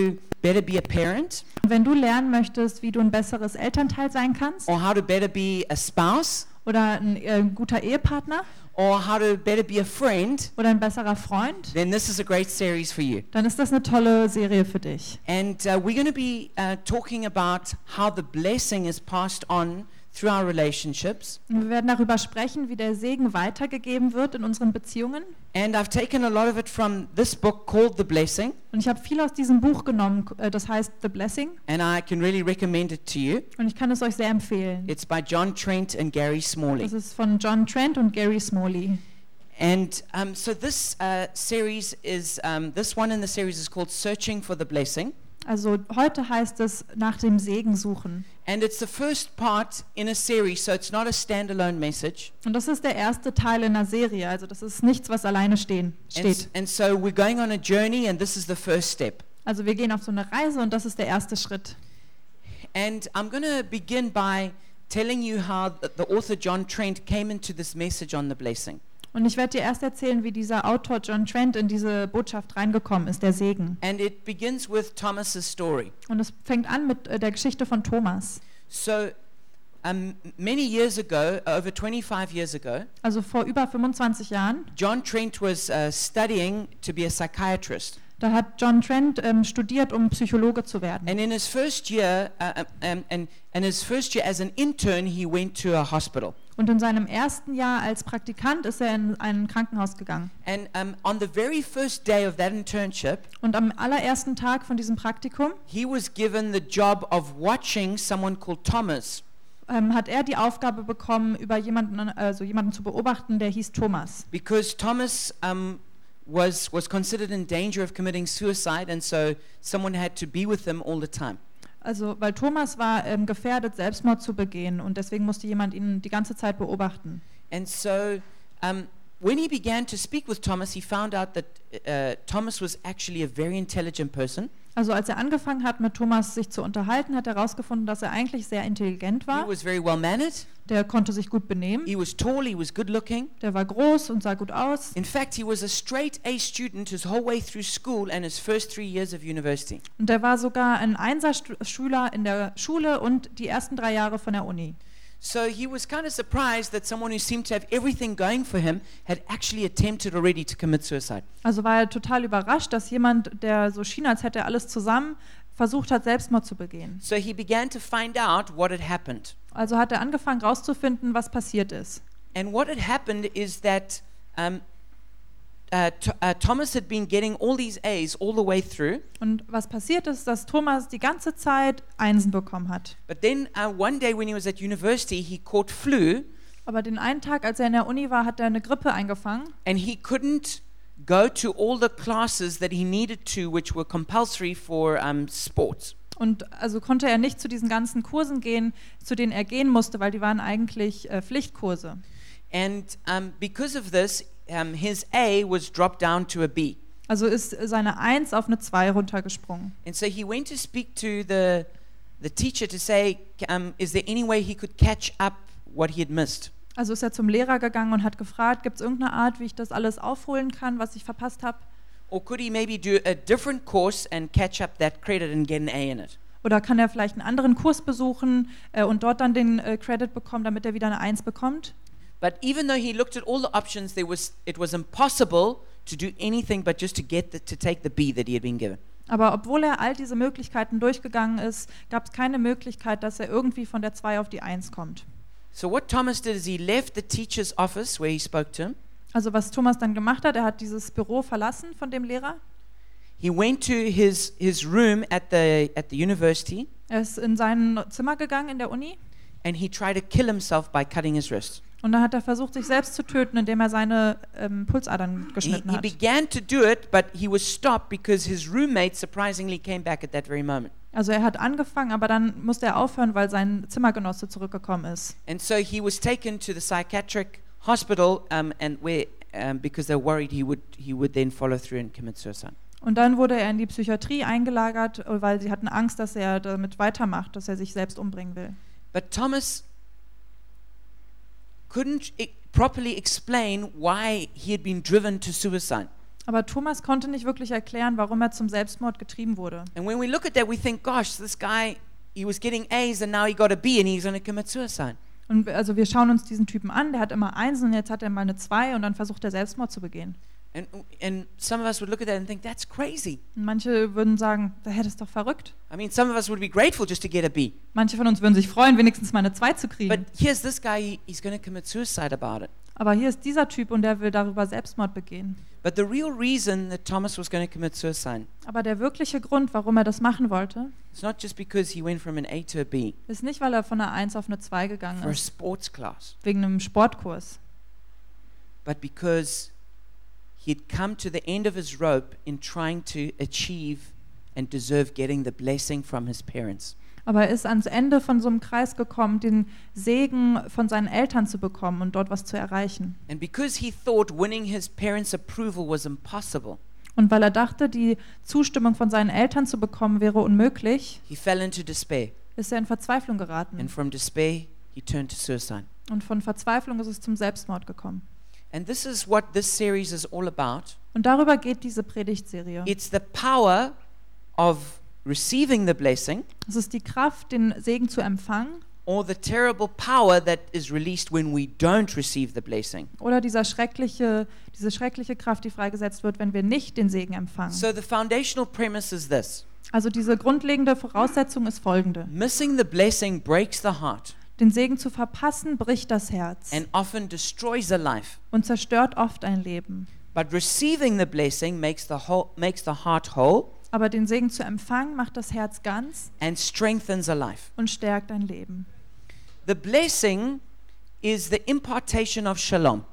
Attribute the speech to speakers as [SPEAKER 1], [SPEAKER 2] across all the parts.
[SPEAKER 1] to better be a parent
[SPEAKER 2] Wenn du lernen möchtest, wie du ein besseres Elternteil sein kannst
[SPEAKER 1] or how to better be a spouse
[SPEAKER 2] oder ein äh, guter Ehepartner
[SPEAKER 1] or how to better be a friend,
[SPEAKER 2] oder ein besserer Freund,
[SPEAKER 1] then this is a great series for you.
[SPEAKER 2] dann ist das eine tolle Serie für dich.
[SPEAKER 1] And uh, we're going to be uh, talking about how the blessing is passed on through our relationships.
[SPEAKER 2] Und Wir werden darüber sprechen, wie der Segen weitergegeben wird in unseren Beziehungen.
[SPEAKER 1] And I've taken a lot of it from this book called The Blessing,
[SPEAKER 2] Und ich habe viel aus diesem Buch genommen, äh, das heißt The Blessing.
[SPEAKER 1] and I can really recommend it to you.
[SPEAKER 2] Und ich kann es euch sehr empfehlen.
[SPEAKER 1] It's by John Trent and Gary Smalley.
[SPEAKER 2] Das ist von John Trent und Gary Smalley.
[SPEAKER 1] And um, so this uh, series is, um, this one in the series is called Searching for the Blessing.
[SPEAKER 2] Also heute heißt es nach dem Segen suchen.
[SPEAKER 1] And it's the first part in a series, so it's not a standalone message.
[SPEAKER 2] Und das ist der erste Teil in der Serie. Also das ist nichts, was alleine stehen,
[SPEAKER 1] And, s-
[SPEAKER 2] steht.
[SPEAKER 1] and so we're going on a journey, and this is the first step.
[SPEAKER 2] Also wir gehen auf so eine Reise und das ist der erste Schritt.
[SPEAKER 1] And I'm going to begin by telling you how th- the author John Trent came into this message on the blessing.
[SPEAKER 2] Und ich werde dir erst erzählen, wie dieser Autor John Trent in diese Botschaft reingekommen ist, der Segen.
[SPEAKER 1] And it begins with Thomas's story.
[SPEAKER 2] Und es fängt an mit äh, der Geschichte von Thomas.
[SPEAKER 1] So um, many years ago, uh, over 25 years ago,
[SPEAKER 2] Also vor über 25 Jahren,
[SPEAKER 1] John Trent was uh, studying to be a psychiatrist.
[SPEAKER 2] da hat John Trent ähm, studiert, um Psychologe zu werden.
[SPEAKER 1] And in his first year, uh, um, and, and his first year as an intern, he went to a hospital.
[SPEAKER 2] Und in seinem ersten Jahr als Praktikant ist er in ein Krankenhaus gegangen.
[SPEAKER 1] And um, on the very first day of that internship,
[SPEAKER 2] Und am allerersten Tag von diesem Praktikum
[SPEAKER 1] he was given the job of watching someone called Thomas.
[SPEAKER 2] ähm, hat er die Aufgabe bekommen, über jemanden, also jemanden zu beobachten, der hieß Thomas.
[SPEAKER 1] because Thomas um, was was considered in danger of committing suicide, and so someone had to be with him all the time.
[SPEAKER 2] Also, weil Thomas war ähm, gefährdet, Selbstmord zu begehen und deswegen musste jemand ihn die ganze Zeit beobachten.
[SPEAKER 1] And so, um, when he began to speak with Thomas, he found out that uh, Thomas was actually a very intelligent person.
[SPEAKER 2] Also als er angefangen hat, mit Thomas sich zu unterhalten, hat er herausgefunden, dass er eigentlich sehr intelligent
[SPEAKER 1] He
[SPEAKER 2] war.
[SPEAKER 1] was very well mannered.
[SPEAKER 2] Der konnte sich gut benehmen.
[SPEAKER 1] He was tall. He was good looking.
[SPEAKER 2] Der war groß und sah gut aus.
[SPEAKER 1] In fact, he was a straight A student his whole way through school and his first three years of university.
[SPEAKER 2] Und der war sogar ein Einserschüler in der Schule und die ersten drei Jahre von der Uni.
[SPEAKER 1] So he was kind of surprised that someone who seemed to have everything going for him had actually attempted already to commit suicide.
[SPEAKER 2] Also war er total überrascht, dass jemand, der so schien, als hätte er alles zusammen, versucht hat, Selbstmord zu begehen.
[SPEAKER 1] So he began to find out what had happened.
[SPEAKER 2] Also hat er angefangen, rauszufinden, was passiert ist.
[SPEAKER 1] And what had happened is that um, uh, Th- uh, Thomas had been getting all these A's all the way through.
[SPEAKER 2] Und was passiert ist, dass Thomas die ganze Zeit Einsen bekommen hat.
[SPEAKER 1] But then uh, one day when he was at university, he caught flu
[SPEAKER 2] Aber den einen Tag, als er in der Uni war, hat er eine Grippe eingefangen
[SPEAKER 1] and he couldn't go to all the classes that he needed to, which were compulsory for um, sports.
[SPEAKER 2] und also konnte er nicht zu diesen ganzen Kursen gehen, zu denen er gehen musste, weil die waren eigentlich äh, Pflichtkurse.
[SPEAKER 1] And um, because of this, um, his A was dropped down to a B.
[SPEAKER 2] Also ist seine Eins auf eine Zwei runtergesprungen.
[SPEAKER 1] And so he went to speak to the, the teacher to say, um, is there any way he could catch up what he had missed?
[SPEAKER 2] Also ist er zum Lehrer gegangen und hat gefragt, gibt es irgendeine Art, wie ich das alles aufholen kann, was ich verpasst habe?
[SPEAKER 1] Or could he maybe do a different course and catch up that credit and get an A in it?
[SPEAKER 2] Oder kann er vielleicht einen anderen Kurs besuchen äh, und dort dann den äh, Credit bekommen, damit er wieder eine Eins bekommt?
[SPEAKER 1] But even though he looked at all the options, there was, it was impossible to do anything but just to get the, to take the B that he had been given.
[SPEAKER 2] Aber obwohl er all diese Möglichkeiten durchgegangen ist, gab es keine Möglichkeit, dass er irgendwie von der 2 auf die 1 kommt.
[SPEAKER 1] So what Thomas did is he left the teacher's office where he spoke to him.
[SPEAKER 2] Also was Thomas dann gemacht hat, er hat dieses Büro verlassen von dem Lehrer.
[SPEAKER 1] He went to his, his room at the, at the university
[SPEAKER 2] Er ist in sein Zimmer gegangen in der Uni
[SPEAKER 1] and he tried to kill himself by cutting his wrist.
[SPEAKER 2] und dann hat er versucht, sich selbst zu töten, indem er seine ähm, Pulsadern
[SPEAKER 1] He,
[SPEAKER 2] geschnitten
[SPEAKER 1] he
[SPEAKER 2] hat.
[SPEAKER 1] began to do it, but he was stopped because his roommate surprisingly came back at that very moment.
[SPEAKER 2] Also er hat angefangen, aber dann musste er aufhören, weil sein Zimmergenosse zurückgekommen ist.
[SPEAKER 1] And so he was taken to the psychiatric hospital, um, and where um, because they worried he would he would then follow through and commit suicide.
[SPEAKER 2] Und dann wurde er in die Psychiatrie eingelagert, weil sie hatten Angst, dass er damit weitermacht, dass er sich selbst umbringen will.
[SPEAKER 1] But Thomas eh, couldn't e- properly explain why he had been driven to suicide.
[SPEAKER 2] Aber Thomas konnte nicht wirklich erklären, warum er zum Selbstmord getrieben wurde.
[SPEAKER 1] And when we look at that, we think, gosh, this guy, he was getting A's and now he got a B and he's going to commit suicide.
[SPEAKER 2] Und wir- also wir schauen uns diesen Typen an, der hat immer Einsen und jetzt hat er mal eine Zwei und dann versucht er Selbstmord zu begehen.
[SPEAKER 1] And, and some of us would look at that and think, that's crazy.
[SPEAKER 2] Und manche würden sagen, da hätte es doch verrückt.
[SPEAKER 1] I mean, some of us would be grateful just to get a B.
[SPEAKER 2] Manche von uns würden sich freuen, wenigstens mal eine Zwei zu
[SPEAKER 1] But
[SPEAKER 2] kriegen.
[SPEAKER 1] here's this guy, he, he's going to commit suicide about it.
[SPEAKER 2] Aber hier ist dieser Typ und der will darüber Selbstmord begehen.
[SPEAKER 1] But the real reason that Thomas was going to commit suicide,
[SPEAKER 2] Aber der wirkliche Grund, warum er das machen wollte,
[SPEAKER 1] it's not just because he went from an A to a B
[SPEAKER 2] ist nicht, weil er von einer Eins auf eine Zwei gegangen
[SPEAKER 1] for a
[SPEAKER 2] ist,
[SPEAKER 1] sports class,
[SPEAKER 2] wegen einem Sportkurs,
[SPEAKER 1] but because he had come to the end of his rope in trying to achieve and deserve getting the blessing from his parents.
[SPEAKER 2] Aber er ist ans Ende von so einem Kreis gekommen, den Segen von seinen Eltern zu bekommen und dort was zu erreichen.
[SPEAKER 1] And because he thought winning his parents' approval was impossible,
[SPEAKER 2] Und weil er dachte, die Zustimmung von seinen Eltern zu bekommen wäre unmöglich,
[SPEAKER 1] he fell into despair.
[SPEAKER 2] ist er in Verzweiflung geraten.
[SPEAKER 1] And from despair, he turned to suicide.
[SPEAKER 2] Und von Verzweiflung ist es zum Selbstmord gekommen.
[SPEAKER 1] And this is what this series is all about.
[SPEAKER 2] Und darüber geht diese Predigtserie.
[SPEAKER 1] It's the power of receiving the blessing
[SPEAKER 2] Es ist die Kraft, den Segen zu empfangen
[SPEAKER 1] or the terrible power that is released when we don't receive the blessing.
[SPEAKER 2] oder dieser schreckliche, diese schreckliche Kraft, die freigesetzt wird, wenn wir nicht den Segen empfangen.
[SPEAKER 1] So the foundational premise is this
[SPEAKER 2] Also diese grundlegende Voraussetzung ist folgende.
[SPEAKER 1] missing the blessing breaks the heart
[SPEAKER 2] Den Segen zu verpassen, bricht das Herz.
[SPEAKER 1] and often destroys a life.
[SPEAKER 2] und zerstört oft ein Leben.
[SPEAKER 1] But receiving the blessing makes the, whole, makes the heart whole
[SPEAKER 2] Aber den Segen zu empfangen macht das Herz ganz
[SPEAKER 1] and strengthens a life.
[SPEAKER 2] und stärkt ein Leben.
[SPEAKER 1] The blessing is the impartation of shalom.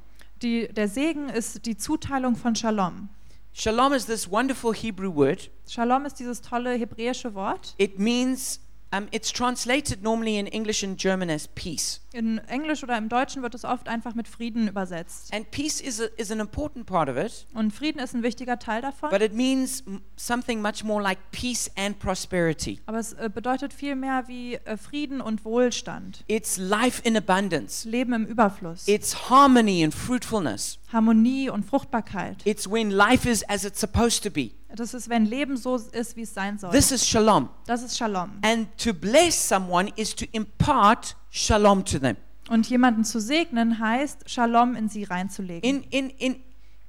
[SPEAKER 2] Die, der Segen ist die Zuteilung von Shalom.
[SPEAKER 1] Shalom is this wonderful Hebrew word.
[SPEAKER 2] Shalom ist dieses tolle hebräische Wort.
[SPEAKER 1] It means, um, it's translated normally in English and German as peace.
[SPEAKER 2] In Englisch oder im Deutschen wird es oft einfach mit Frieden übersetzt.
[SPEAKER 1] And peace is, a, is an important part of it,
[SPEAKER 2] Und Frieden ist ein wichtiger Teil davon.
[SPEAKER 1] but it means m- something much more like peace and prosperity.
[SPEAKER 2] Aber es äh, bedeutet viel mehr wie äh, Frieden und Wohlstand.
[SPEAKER 1] It's life in abundance,
[SPEAKER 2] Leben im Überfluss.
[SPEAKER 1] it's harmony and fruitfulness.
[SPEAKER 2] Harmonie und Fruchtbarkeit.
[SPEAKER 1] It's when life is as it's supposed to be.
[SPEAKER 2] Das ist, wenn Leben so ist, wie es sein soll.
[SPEAKER 1] This is shalom.
[SPEAKER 2] Das ist Shalom.
[SPEAKER 1] And to bless someone is to impart shalom to them.
[SPEAKER 2] Und jemanden zu segnen heißt, Shalom in sie reinzulegen.
[SPEAKER 1] In, in, in,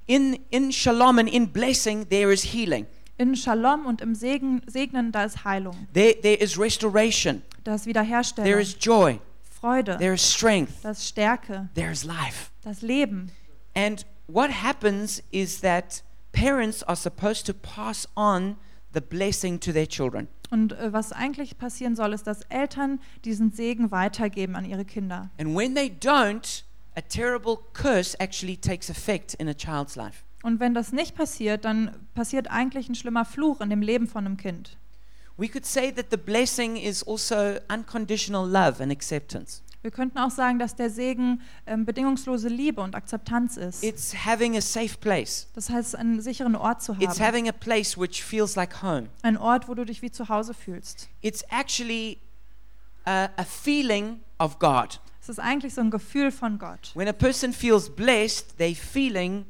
[SPEAKER 1] in, in shalom and in blessing, there is healing,
[SPEAKER 2] In Shalom und im Segen, Segnen, da ist Heilung,
[SPEAKER 1] there, there is restoration,
[SPEAKER 2] da ist
[SPEAKER 1] there
[SPEAKER 2] Wiederherstellung,
[SPEAKER 1] is joy,
[SPEAKER 2] Freude,
[SPEAKER 1] there is strength,
[SPEAKER 2] da ist Stärke,
[SPEAKER 1] there is life.
[SPEAKER 2] das Leben.
[SPEAKER 1] And what happens is that parents are supposed to pass on the blessing to their children.
[SPEAKER 2] Und äh, was eigentlich passieren soll, ist, dass Eltern diesen Segen weitergeben an ihre Kinder.
[SPEAKER 1] And when they don't, a terrible curse actually takes effect in a child's life.
[SPEAKER 2] Und wenn das nicht passiert, dann passiert eigentlich ein schlimmer Fluch in dem Leben von einem Kind.
[SPEAKER 1] We could say that the blessing is also unconditional love and acceptance.
[SPEAKER 2] Wir könnten auch sagen, dass der Segen ähm, bedingungslose Liebe und Akzeptanz ist.
[SPEAKER 1] It's having a safe place.
[SPEAKER 2] Das heißt, einen sicheren Ort zu
[SPEAKER 1] It's
[SPEAKER 2] haben.
[SPEAKER 1] having a place which feels like home.
[SPEAKER 2] Ein Ort, wo du dich wie zu Hause fühlst.
[SPEAKER 1] It's actually uh, a feeling of God.
[SPEAKER 2] Es ist eigentlich so ein Gefühl von Gott.
[SPEAKER 1] When a person feels blessed, they're feeling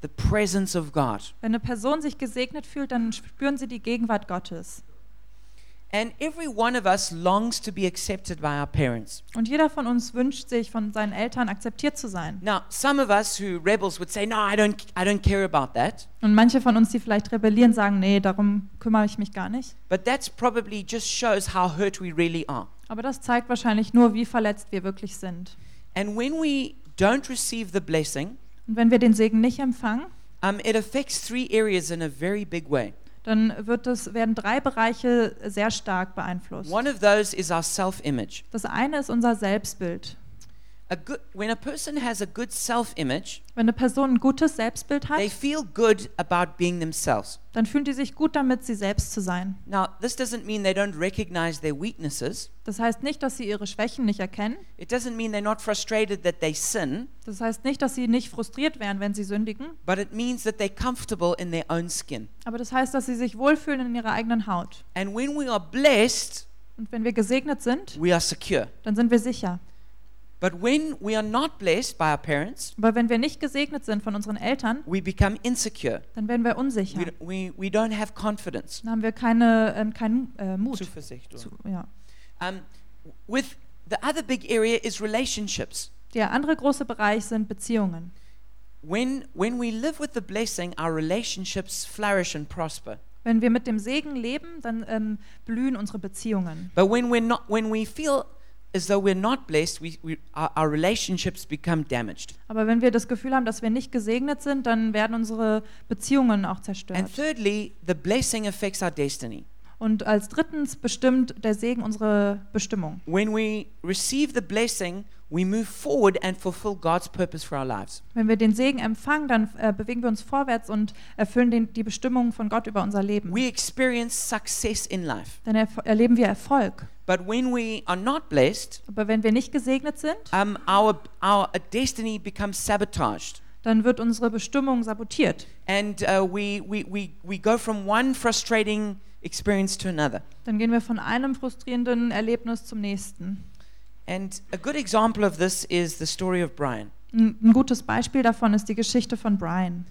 [SPEAKER 1] the presence of God.
[SPEAKER 2] Wenn eine Person sich gesegnet fühlt, dann spüren sie die Gegenwart Gottes.
[SPEAKER 1] And every one of us longs to be accepted by our parents.
[SPEAKER 2] Und jeder von uns wünscht sich, von seinen Eltern akzeptiert zu sein.
[SPEAKER 1] Now, some of us who rebels would say, "No, I don't I don't care about that."
[SPEAKER 2] Und manche von uns, die vielleicht rebellieren, sagen, nee, darum kümmere ich mich gar nicht.
[SPEAKER 1] But that's probably just shows how hurt we really are.
[SPEAKER 2] Aber das zeigt wahrscheinlich nur, wie verletzt wir wirklich sind.
[SPEAKER 1] And when we don't receive the blessing,
[SPEAKER 2] Und wenn wir den Segen nicht empfangen,
[SPEAKER 1] um, it affects three areas in a very big way.
[SPEAKER 2] dann wird das, werden drei Bereiche sehr stark beeinflusst.
[SPEAKER 1] One of those is our self-image.
[SPEAKER 2] Das eine ist unser Selbstbild.
[SPEAKER 1] A good, when a person has a good self-image,
[SPEAKER 2] Wenn eine Person ein gutes Selbstbild
[SPEAKER 1] they
[SPEAKER 2] hat,
[SPEAKER 1] feel good about being themselves.
[SPEAKER 2] dann fühlen die sich gut damit, sie selbst zu sein.
[SPEAKER 1] Now, this doesn't mean they don't recognize their weaknesses.
[SPEAKER 2] Das heißt nicht, dass sie ihre Schwächen nicht erkennen.
[SPEAKER 1] It doesn't mean they're not frustrated that they sin.
[SPEAKER 2] Das heißt nicht, dass sie nicht frustriert wären, wenn sie sündigen,
[SPEAKER 1] but it means that they're comfortable in their own skin.
[SPEAKER 2] aber das heißt, dass sie sich wohlfühlen in ihrer eigenen Haut.
[SPEAKER 1] And when we are blessed,
[SPEAKER 2] Und wenn wir gesegnet sind,
[SPEAKER 1] we are secure.
[SPEAKER 2] dann sind wir sicher.
[SPEAKER 1] But when we are not blessed by our parents,
[SPEAKER 2] Aber wenn wir nicht gesegnet sind von unseren Eltern,
[SPEAKER 1] we become insecure.
[SPEAKER 2] dann werden wir unsicher.
[SPEAKER 1] We, we, we don't have confidence.
[SPEAKER 2] Dann haben wir keine, ähm, keinen äh, Mut.
[SPEAKER 1] Zuversicht.
[SPEAKER 2] Zu, ja.
[SPEAKER 1] Um, with the other big area is relationships.
[SPEAKER 2] Der andere große Bereich sind Beziehungen.
[SPEAKER 1] When, when we live with the blessing, our relationships flourish and prosper.
[SPEAKER 2] Wenn wir mit dem Segen leben, dann ähm, blühen unsere Beziehungen.
[SPEAKER 1] But when, we're not, when we feel as though we're not blessed, we, we, our, our relationships become damaged.
[SPEAKER 2] Aber wenn wir das Gefühl haben, dass wir nicht gesegnet sind, dann werden unsere Beziehungen auch
[SPEAKER 1] And
[SPEAKER 2] zerstört.
[SPEAKER 1] thirdly, the blessing affects our destiny.
[SPEAKER 2] Und als drittens bestimmt der Segen unsere Bestimmung.
[SPEAKER 1] When we receive the blessing, we move forward and fulfill God's purpose for our lives.
[SPEAKER 2] Wenn wir den Segen empfangen, dann äh, bewegen wir uns vorwärts und erfüllen den, die Bestimmung von Gott über unser Leben.
[SPEAKER 1] We experience success in life.
[SPEAKER 2] Dann erf erleben wir Erfolg.
[SPEAKER 1] But when we are not blessed,
[SPEAKER 2] Aber wenn wir nicht gesegnet sind,
[SPEAKER 1] um, our, our destiny becomes sabotaged.
[SPEAKER 2] dann wird unsere Bestimmung sabotiert.
[SPEAKER 1] And uh, we, we, we, we go from one frustrating experience to another.
[SPEAKER 2] Dann gehen wir von einem frustrierenden Erlebnis zum nächsten.
[SPEAKER 1] And a good example of this is the story of Brian.
[SPEAKER 2] Ein, ein gutes Beispiel davon ist die Geschichte von Brian.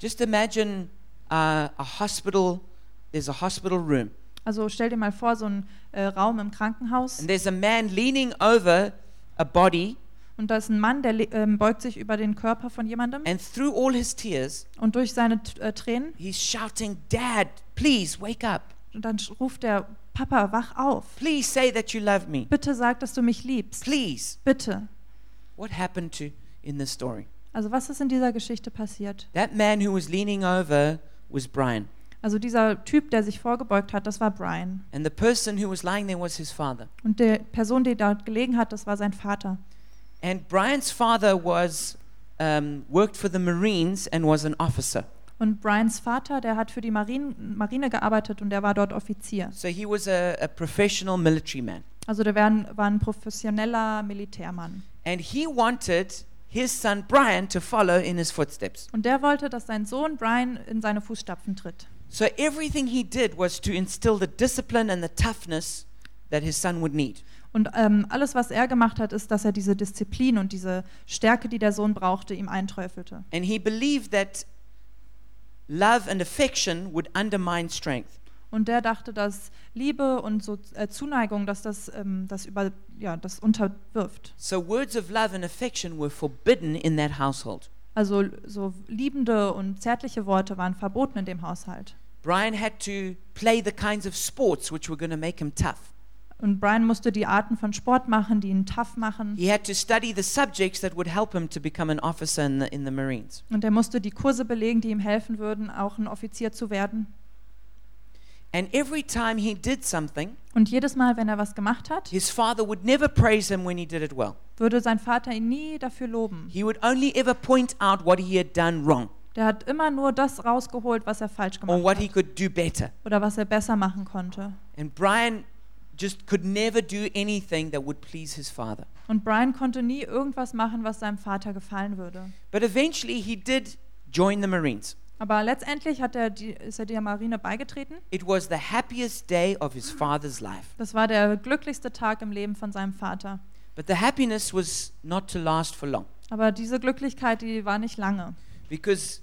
[SPEAKER 1] Just imagine uh, a hospital, there's a hospital room,
[SPEAKER 2] Also stell dir mal vor, so ein äh, Raum im Krankenhaus
[SPEAKER 1] and there's a man leaning over a body,
[SPEAKER 2] und da ist ein Mann, der le- ähm, beugt sich über den Körper von jemandem
[SPEAKER 1] and through all his tears,
[SPEAKER 2] und durch seine T äh, Tränen
[SPEAKER 1] he's shouting, Dad, please wake up.
[SPEAKER 2] und dann sch- ruft er, Papa, wach auf.
[SPEAKER 1] Please say that you love me.
[SPEAKER 2] Bitte sag, dass du mich liebst.
[SPEAKER 1] Please.
[SPEAKER 2] Bitte.
[SPEAKER 1] What happened to in this story?
[SPEAKER 2] Also was ist in dieser Geschichte passiert?
[SPEAKER 1] That man who was leaning over was Brian,
[SPEAKER 2] Also dieser Typ, der sich vorgebeugt hat, das war Brian.
[SPEAKER 1] and the person who was lying there was his father.
[SPEAKER 2] Und die Person, die dort gelegen hat, das war sein Vater.
[SPEAKER 1] And Brian's father was um, worked for the Marines and was an officer.
[SPEAKER 2] Und Brians Vater, der hat für die Marine, Marine gearbeitet und der war dort Offizier.
[SPEAKER 1] So he was a, a professional military man.
[SPEAKER 2] Also der war ein, war ein professioneller Militärmann.
[SPEAKER 1] And he wanted his son Brian to follow in his footsteps.
[SPEAKER 2] Und der wollte, dass sein Sohn Brian in seine Fußstapfen tritt.
[SPEAKER 1] So everything he did was to instill the discipline and the toughness that his son would need.
[SPEAKER 2] Und ähm, alles, was er gemacht hat, ist, dass er diese Disziplin und diese Stärke, die der Sohn brauchte, ihm einträufelte.
[SPEAKER 1] And he believed that love and affection would undermine strength.
[SPEAKER 2] Und der dachte, dass Liebe und so äh, Zuneigung, dass das, ähm, das, über, ja, das unterwirft.
[SPEAKER 1] So words of love and affection were forbidden in that household.
[SPEAKER 2] Also so liebende und zärtliche Worte waren verboten in dem Haushalt.
[SPEAKER 1] Brian had to play the kinds of sports which were going to make him tough.
[SPEAKER 2] Und Brian musste die Arten von Sport machen, die ihn tough machen.
[SPEAKER 1] He had to study the subjects that would help him to become an officer in the, in the Marines.
[SPEAKER 2] Und er musste die Kurse belegen, die ihm helfen würden, auch ein Offizier zu werden.
[SPEAKER 1] And every time he did something,
[SPEAKER 2] Und jedes Mal, wenn er was gemacht hat,
[SPEAKER 1] his father would never praise him when he did it well.
[SPEAKER 2] würde sein Vater ihn nie dafür loben.
[SPEAKER 1] He would only ever point out what he had done wrong
[SPEAKER 2] Der hat immer nur das rausgeholt, was er falsch
[SPEAKER 1] or
[SPEAKER 2] gemacht
[SPEAKER 1] what he
[SPEAKER 2] hat
[SPEAKER 1] could do better.
[SPEAKER 2] oder was er besser machen konnte.
[SPEAKER 1] And Brian just could never do anything that would please his father.
[SPEAKER 2] Und Brian konnte nie irgendwas machen, was seinem Vater gefallen würde.
[SPEAKER 1] But eventually he did join the Marines.
[SPEAKER 2] Aber letztendlich hat er die, ist er der Marine beigetreten.
[SPEAKER 1] It was the happiest day of his father's life.
[SPEAKER 2] Das war der glücklichste Tag im Leben von seinem Vater.
[SPEAKER 1] But the happiness was not to last for long
[SPEAKER 2] Aber diese Glücklichkeit, die war nicht lange.
[SPEAKER 1] because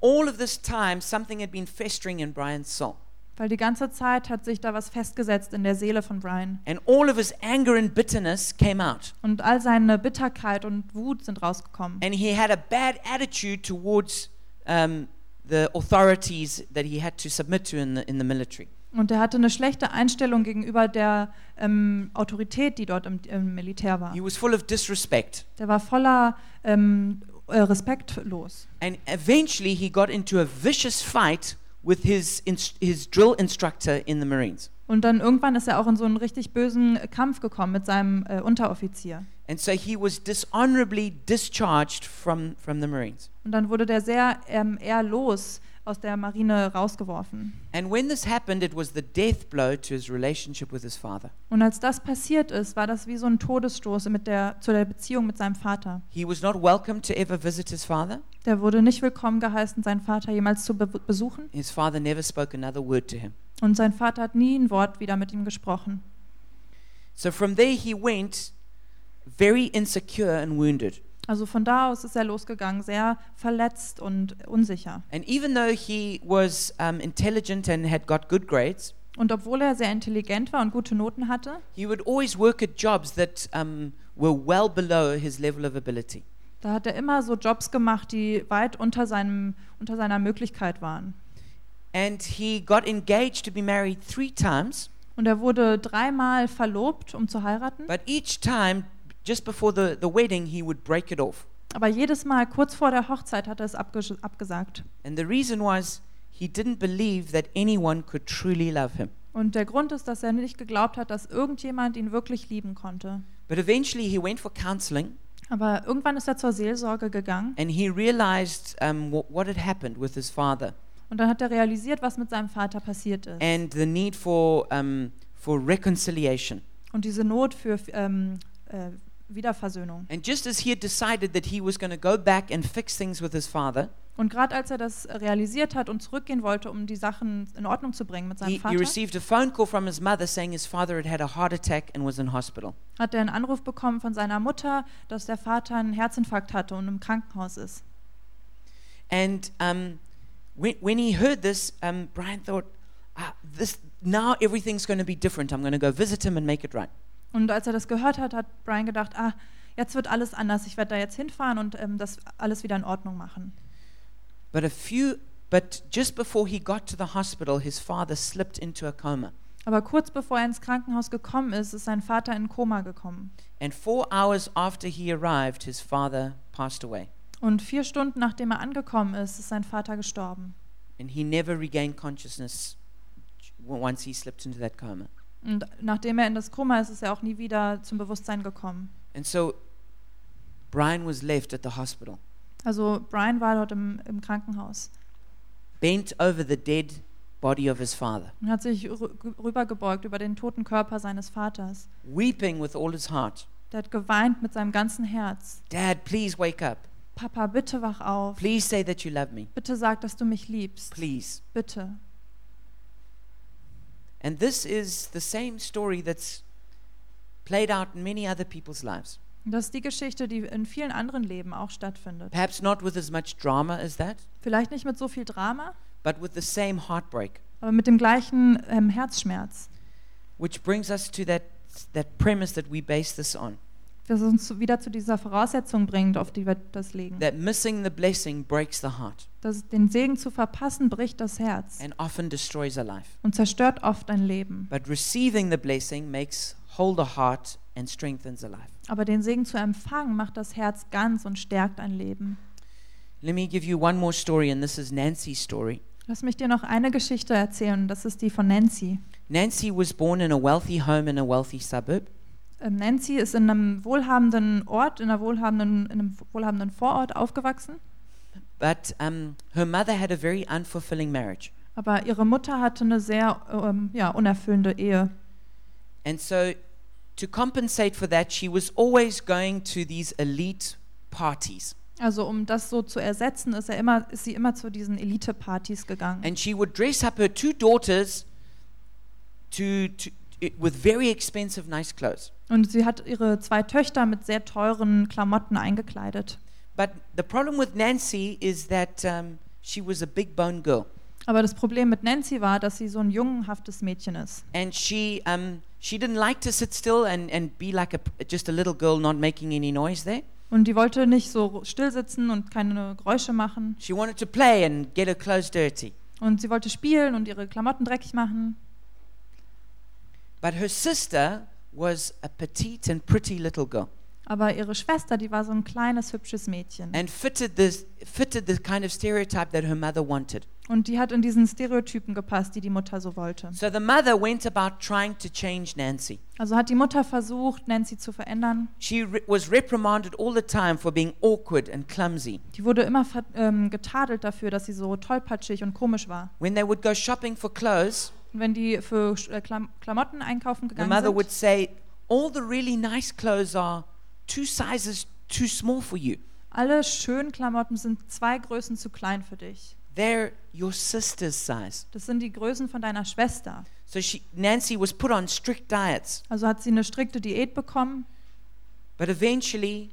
[SPEAKER 1] all of this time something had been festering in Brian's soul.
[SPEAKER 2] Weil die ganze Zeit hat sich da was festgesetzt in der Seele von Brian.
[SPEAKER 1] And all of his anger and bitterness came out.
[SPEAKER 2] Und all seine Bitterkeit und Wut sind rausgekommen.
[SPEAKER 1] And he had a bad attitude towards um, the authorities that he had to submit to in the, in the military.
[SPEAKER 2] Und er hatte eine schlechte Einstellung gegenüber der ähm, Autorität, die dort im, im Militär war.
[SPEAKER 1] He was full of disrespect.
[SPEAKER 2] Der war voller ähm, äh, respektlos.
[SPEAKER 1] And eventually he got into a vicious fight with his, inst- his drill instructor in the Marines.
[SPEAKER 2] Und dann irgendwann ist er auch in so einen richtig bösen Kampf gekommen mit seinem äh, Unteroffizier.
[SPEAKER 1] And so he was dishonorably discharged from, from the Marines.
[SPEAKER 2] Und dann wurde der sehr ähm, ehrlos aus der Marine rausgeworfen.
[SPEAKER 1] And when this happened, it was the death blow to his relationship with his father.
[SPEAKER 2] Und als das passiert ist, war das wie so ein Todesstoß mit der, zu der Beziehung mit seinem Vater.
[SPEAKER 1] He was not welcome to ever visit his father.
[SPEAKER 2] Der wurde nicht willkommen geheißen, seinen Vater jemals zu be besuchen.
[SPEAKER 1] His father never spoke another word to him.
[SPEAKER 2] Und sein Vater hat nie ein Wort wieder mit ihm gesprochen.
[SPEAKER 1] So from there, he went very insecure and wounded.
[SPEAKER 2] Also von da aus ist er losgegangen, sehr verletzt und unsicher.
[SPEAKER 1] And even though he was um, intelligent and had got good grades,
[SPEAKER 2] Und obwohl er sehr intelligent war und gute Noten hatte,
[SPEAKER 1] he would always work at jobs that um, were well below his level of ability.
[SPEAKER 2] da hat er immer so Jobs gemacht, die weit unter, seinem, unter seiner Möglichkeit waren.
[SPEAKER 1] And he got engaged to be married three times,
[SPEAKER 2] Und er wurde dreimal verlobt, um zu heiraten.
[SPEAKER 1] but each time, just before the, the wedding, he would break it off.
[SPEAKER 2] Aber jedes Mal kurz vor der Hochzeit hat er es abges abgesagt.
[SPEAKER 1] And the reason was he didn't believe that anyone could truly love him.
[SPEAKER 2] Und der Grund ist, dass er nicht geglaubt hat, dass irgendjemand ihn wirklich lieben konnte.
[SPEAKER 1] But eventually he went for counseling
[SPEAKER 2] Aber irgendwann ist er zur Seelsorge gegangen
[SPEAKER 1] and he realized um, wh- what had happened with his father
[SPEAKER 2] und dann hat er realisiert, was mit seinem Vater passiert ist.
[SPEAKER 1] and the need for, um, for reconciliation.
[SPEAKER 2] Und diese Not für ähm, äh, Wiederversöhnung.
[SPEAKER 1] And just as he had decided that he was going to go back and fix things with his father,
[SPEAKER 2] Und gerade als er das realisiert hat und zurückgehen wollte, um die Sachen in Ordnung zu bringen mit seinem
[SPEAKER 1] he, he
[SPEAKER 2] Vater,
[SPEAKER 1] received a phone call from his mother saying his father had had a heart attack and was in hospital.
[SPEAKER 2] hat er einen Anruf bekommen von seiner Mutter, dass der Vater einen Herzinfarkt hatte und im Krankenhaus ist.
[SPEAKER 1] And um, when, when he heard this, um, Brian thought, ah, this, now everything's going to be different. I'm going to go visit him and make it right.
[SPEAKER 2] Und als er das gehört hat, hat Brian gedacht, ah, jetzt wird alles anders, ich werde da jetzt hinfahren und ähm, das alles wieder in Ordnung machen.
[SPEAKER 1] But a few, but just before he got to the hospital, his father slipped into a coma.
[SPEAKER 2] Aber kurz bevor er ins Krankenhaus gekommen ist, ist sein Vater in Koma gekommen.
[SPEAKER 1] And four hours after he arrived, his father passed away,
[SPEAKER 2] Und vier Stunden nachdem er angekommen ist, ist sein Vater gestorben.
[SPEAKER 1] and he never regained consciousness w- once he slipped into that coma.
[SPEAKER 2] Und nachdem er in das Koma ist, ist er auch nie wieder zum Bewusstsein gekommen.
[SPEAKER 1] And so Brian was left at the hospital,
[SPEAKER 2] Also Brian war dort im, im Krankenhaus
[SPEAKER 1] bent over the dead body of his father,
[SPEAKER 2] und hat sich rü- rübergebeugt über den toten Körper seines Vaters.
[SPEAKER 1] weeping with all his heart.
[SPEAKER 2] Der hat geweint mit seinem ganzen Herz.
[SPEAKER 1] Dad, please wake up.
[SPEAKER 2] Papa, bitte wach auf.
[SPEAKER 1] Please say that you love me.
[SPEAKER 2] Bitte sag, dass du mich liebst.
[SPEAKER 1] Please.
[SPEAKER 2] Bitte.
[SPEAKER 1] And this is the same story that's played out in many other people's lives.
[SPEAKER 2] Und Das ist die Geschichte, die in vielen anderen Leben auch stattfindet.
[SPEAKER 1] Perhaps not with as much drama as that,
[SPEAKER 2] Vielleicht nicht mit so viel Drama,
[SPEAKER 1] but with the same heartbreak.
[SPEAKER 2] aber mit dem gleichen ähm, Herzschmerz.
[SPEAKER 1] Which brings us to that, that premise that we base this on
[SPEAKER 2] Das uns zu- wieder zu dieser Voraussetzung bringt, auf die wir das legen.
[SPEAKER 1] that missing the blessing breaks the heart
[SPEAKER 2] Das, den Segen zu verpassen, bricht das Herz
[SPEAKER 1] and often destroys a life.
[SPEAKER 2] und zerstört oft ein Leben.
[SPEAKER 1] But receiving the blessing makes whole the heart and strengthens a life.
[SPEAKER 2] Aber den Segen zu empfangen, macht das Herz ganz und stärkt ein Leben.
[SPEAKER 1] Let me give you one more story, and this is Nancy's story.
[SPEAKER 2] Lass mich dir noch eine Geschichte erzählen, das ist die von Nancy.
[SPEAKER 1] Nancy was born in a wealthy home in a wealthy suburb,
[SPEAKER 2] Ähm, Nancy ist in einem wohlhabenden Ort, in, einer wohlhabenden, in einem wohlhabenden Vorort aufgewachsen,
[SPEAKER 1] but um, her mother had a very unfulfilling marriage.
[SPEAKER 2] aber ihre Mutter hatte eine sehr ähm, ja, unerfüllende Ehe.
[SPEAKER 1] And so, to compensate for that, she was always going to these elite parties.
[SPEAKER 2] Also um das so zu ersetzen, ist, er immer, ist sie immer zu diesen Elite-Partys gegangen.
[SPEAKER 1] And she would dress up her two daughters to, to, it- with very expensive, nice clothes.
[SPEAKER 2] Und sie hat ihre zwei Töchter mit sehr teuren Klamotten eingekleidet.
[SPEAKER 1] But the problem with Nancy is that um, she was a big bone girl.
[SPEAKER 2] Aber das Problem mit Nancy war, dass sie so ein jungenhaftes Mädchen ist.
[SPEAKER 1] And she, um, she didn't like to sit still and, and be like a, p- just a little girl not making any noise there.
[SPEAKER 2] Und die wollte nicht so still sitzen und keine Geräusche machen.
[SPEAKER 1] She wanted to play and get her clothes dirty.
[SPEAKER 2] Und sie wollte spielen und ihre Klamotten dreckig machen.
[SPEAKER 1] But her sister was a petite and pretty little girl.
[SPEAKER 2] Aber ihre Schwester, die war so ein kleines, hübsches Mädchen.
[SPEAKER 1] and fitted this fitted the kind of stereotype that her mother wanted.
[SPEAKER 2] Und die hat in diesen Stereotypen gepasst, die die Mutter so wollte.
[SPEAKER 1] So the mother went about trying to change Nancy.
[SPEAKER 2] Also hat die Mutter versucht, Nancy zu verändern.
[SPEAKER 1] She re- was reprimanded all the time for being awkward and clumsy.
[SPEAKER 2] Die wurde immer ver ähm, getadelt dafür, dass sie so tollpatschig und komisch war.
[SPEAKER 1] When they would go shopping for clothes,
[SPEAKER 2] Und wenn die für Sch- äh, Klam Klamotten einkaufen
[SPEAKER 1] the
[SPEAKER 2] gegangen
[SPEAKER 1] mother
[SPEAKER 2] sind,
[SPEAKER 1] would say, "All the really nice clothes are two sizes too small for you.
[SPEAKER 2] alle schönen Klamotten sind zwei Größen zu klein für dich.
[SPEAKER 1] They're your sister's size."
[SPEAKER 2] Das sind die Größen von deiner Schwester.
[SPEAKER 1] So she Nancy was put on strict diets.
[SPEAKER 2] Also hat sie eine strikte Diät bekommen
[SPEAKER 1] But eventually,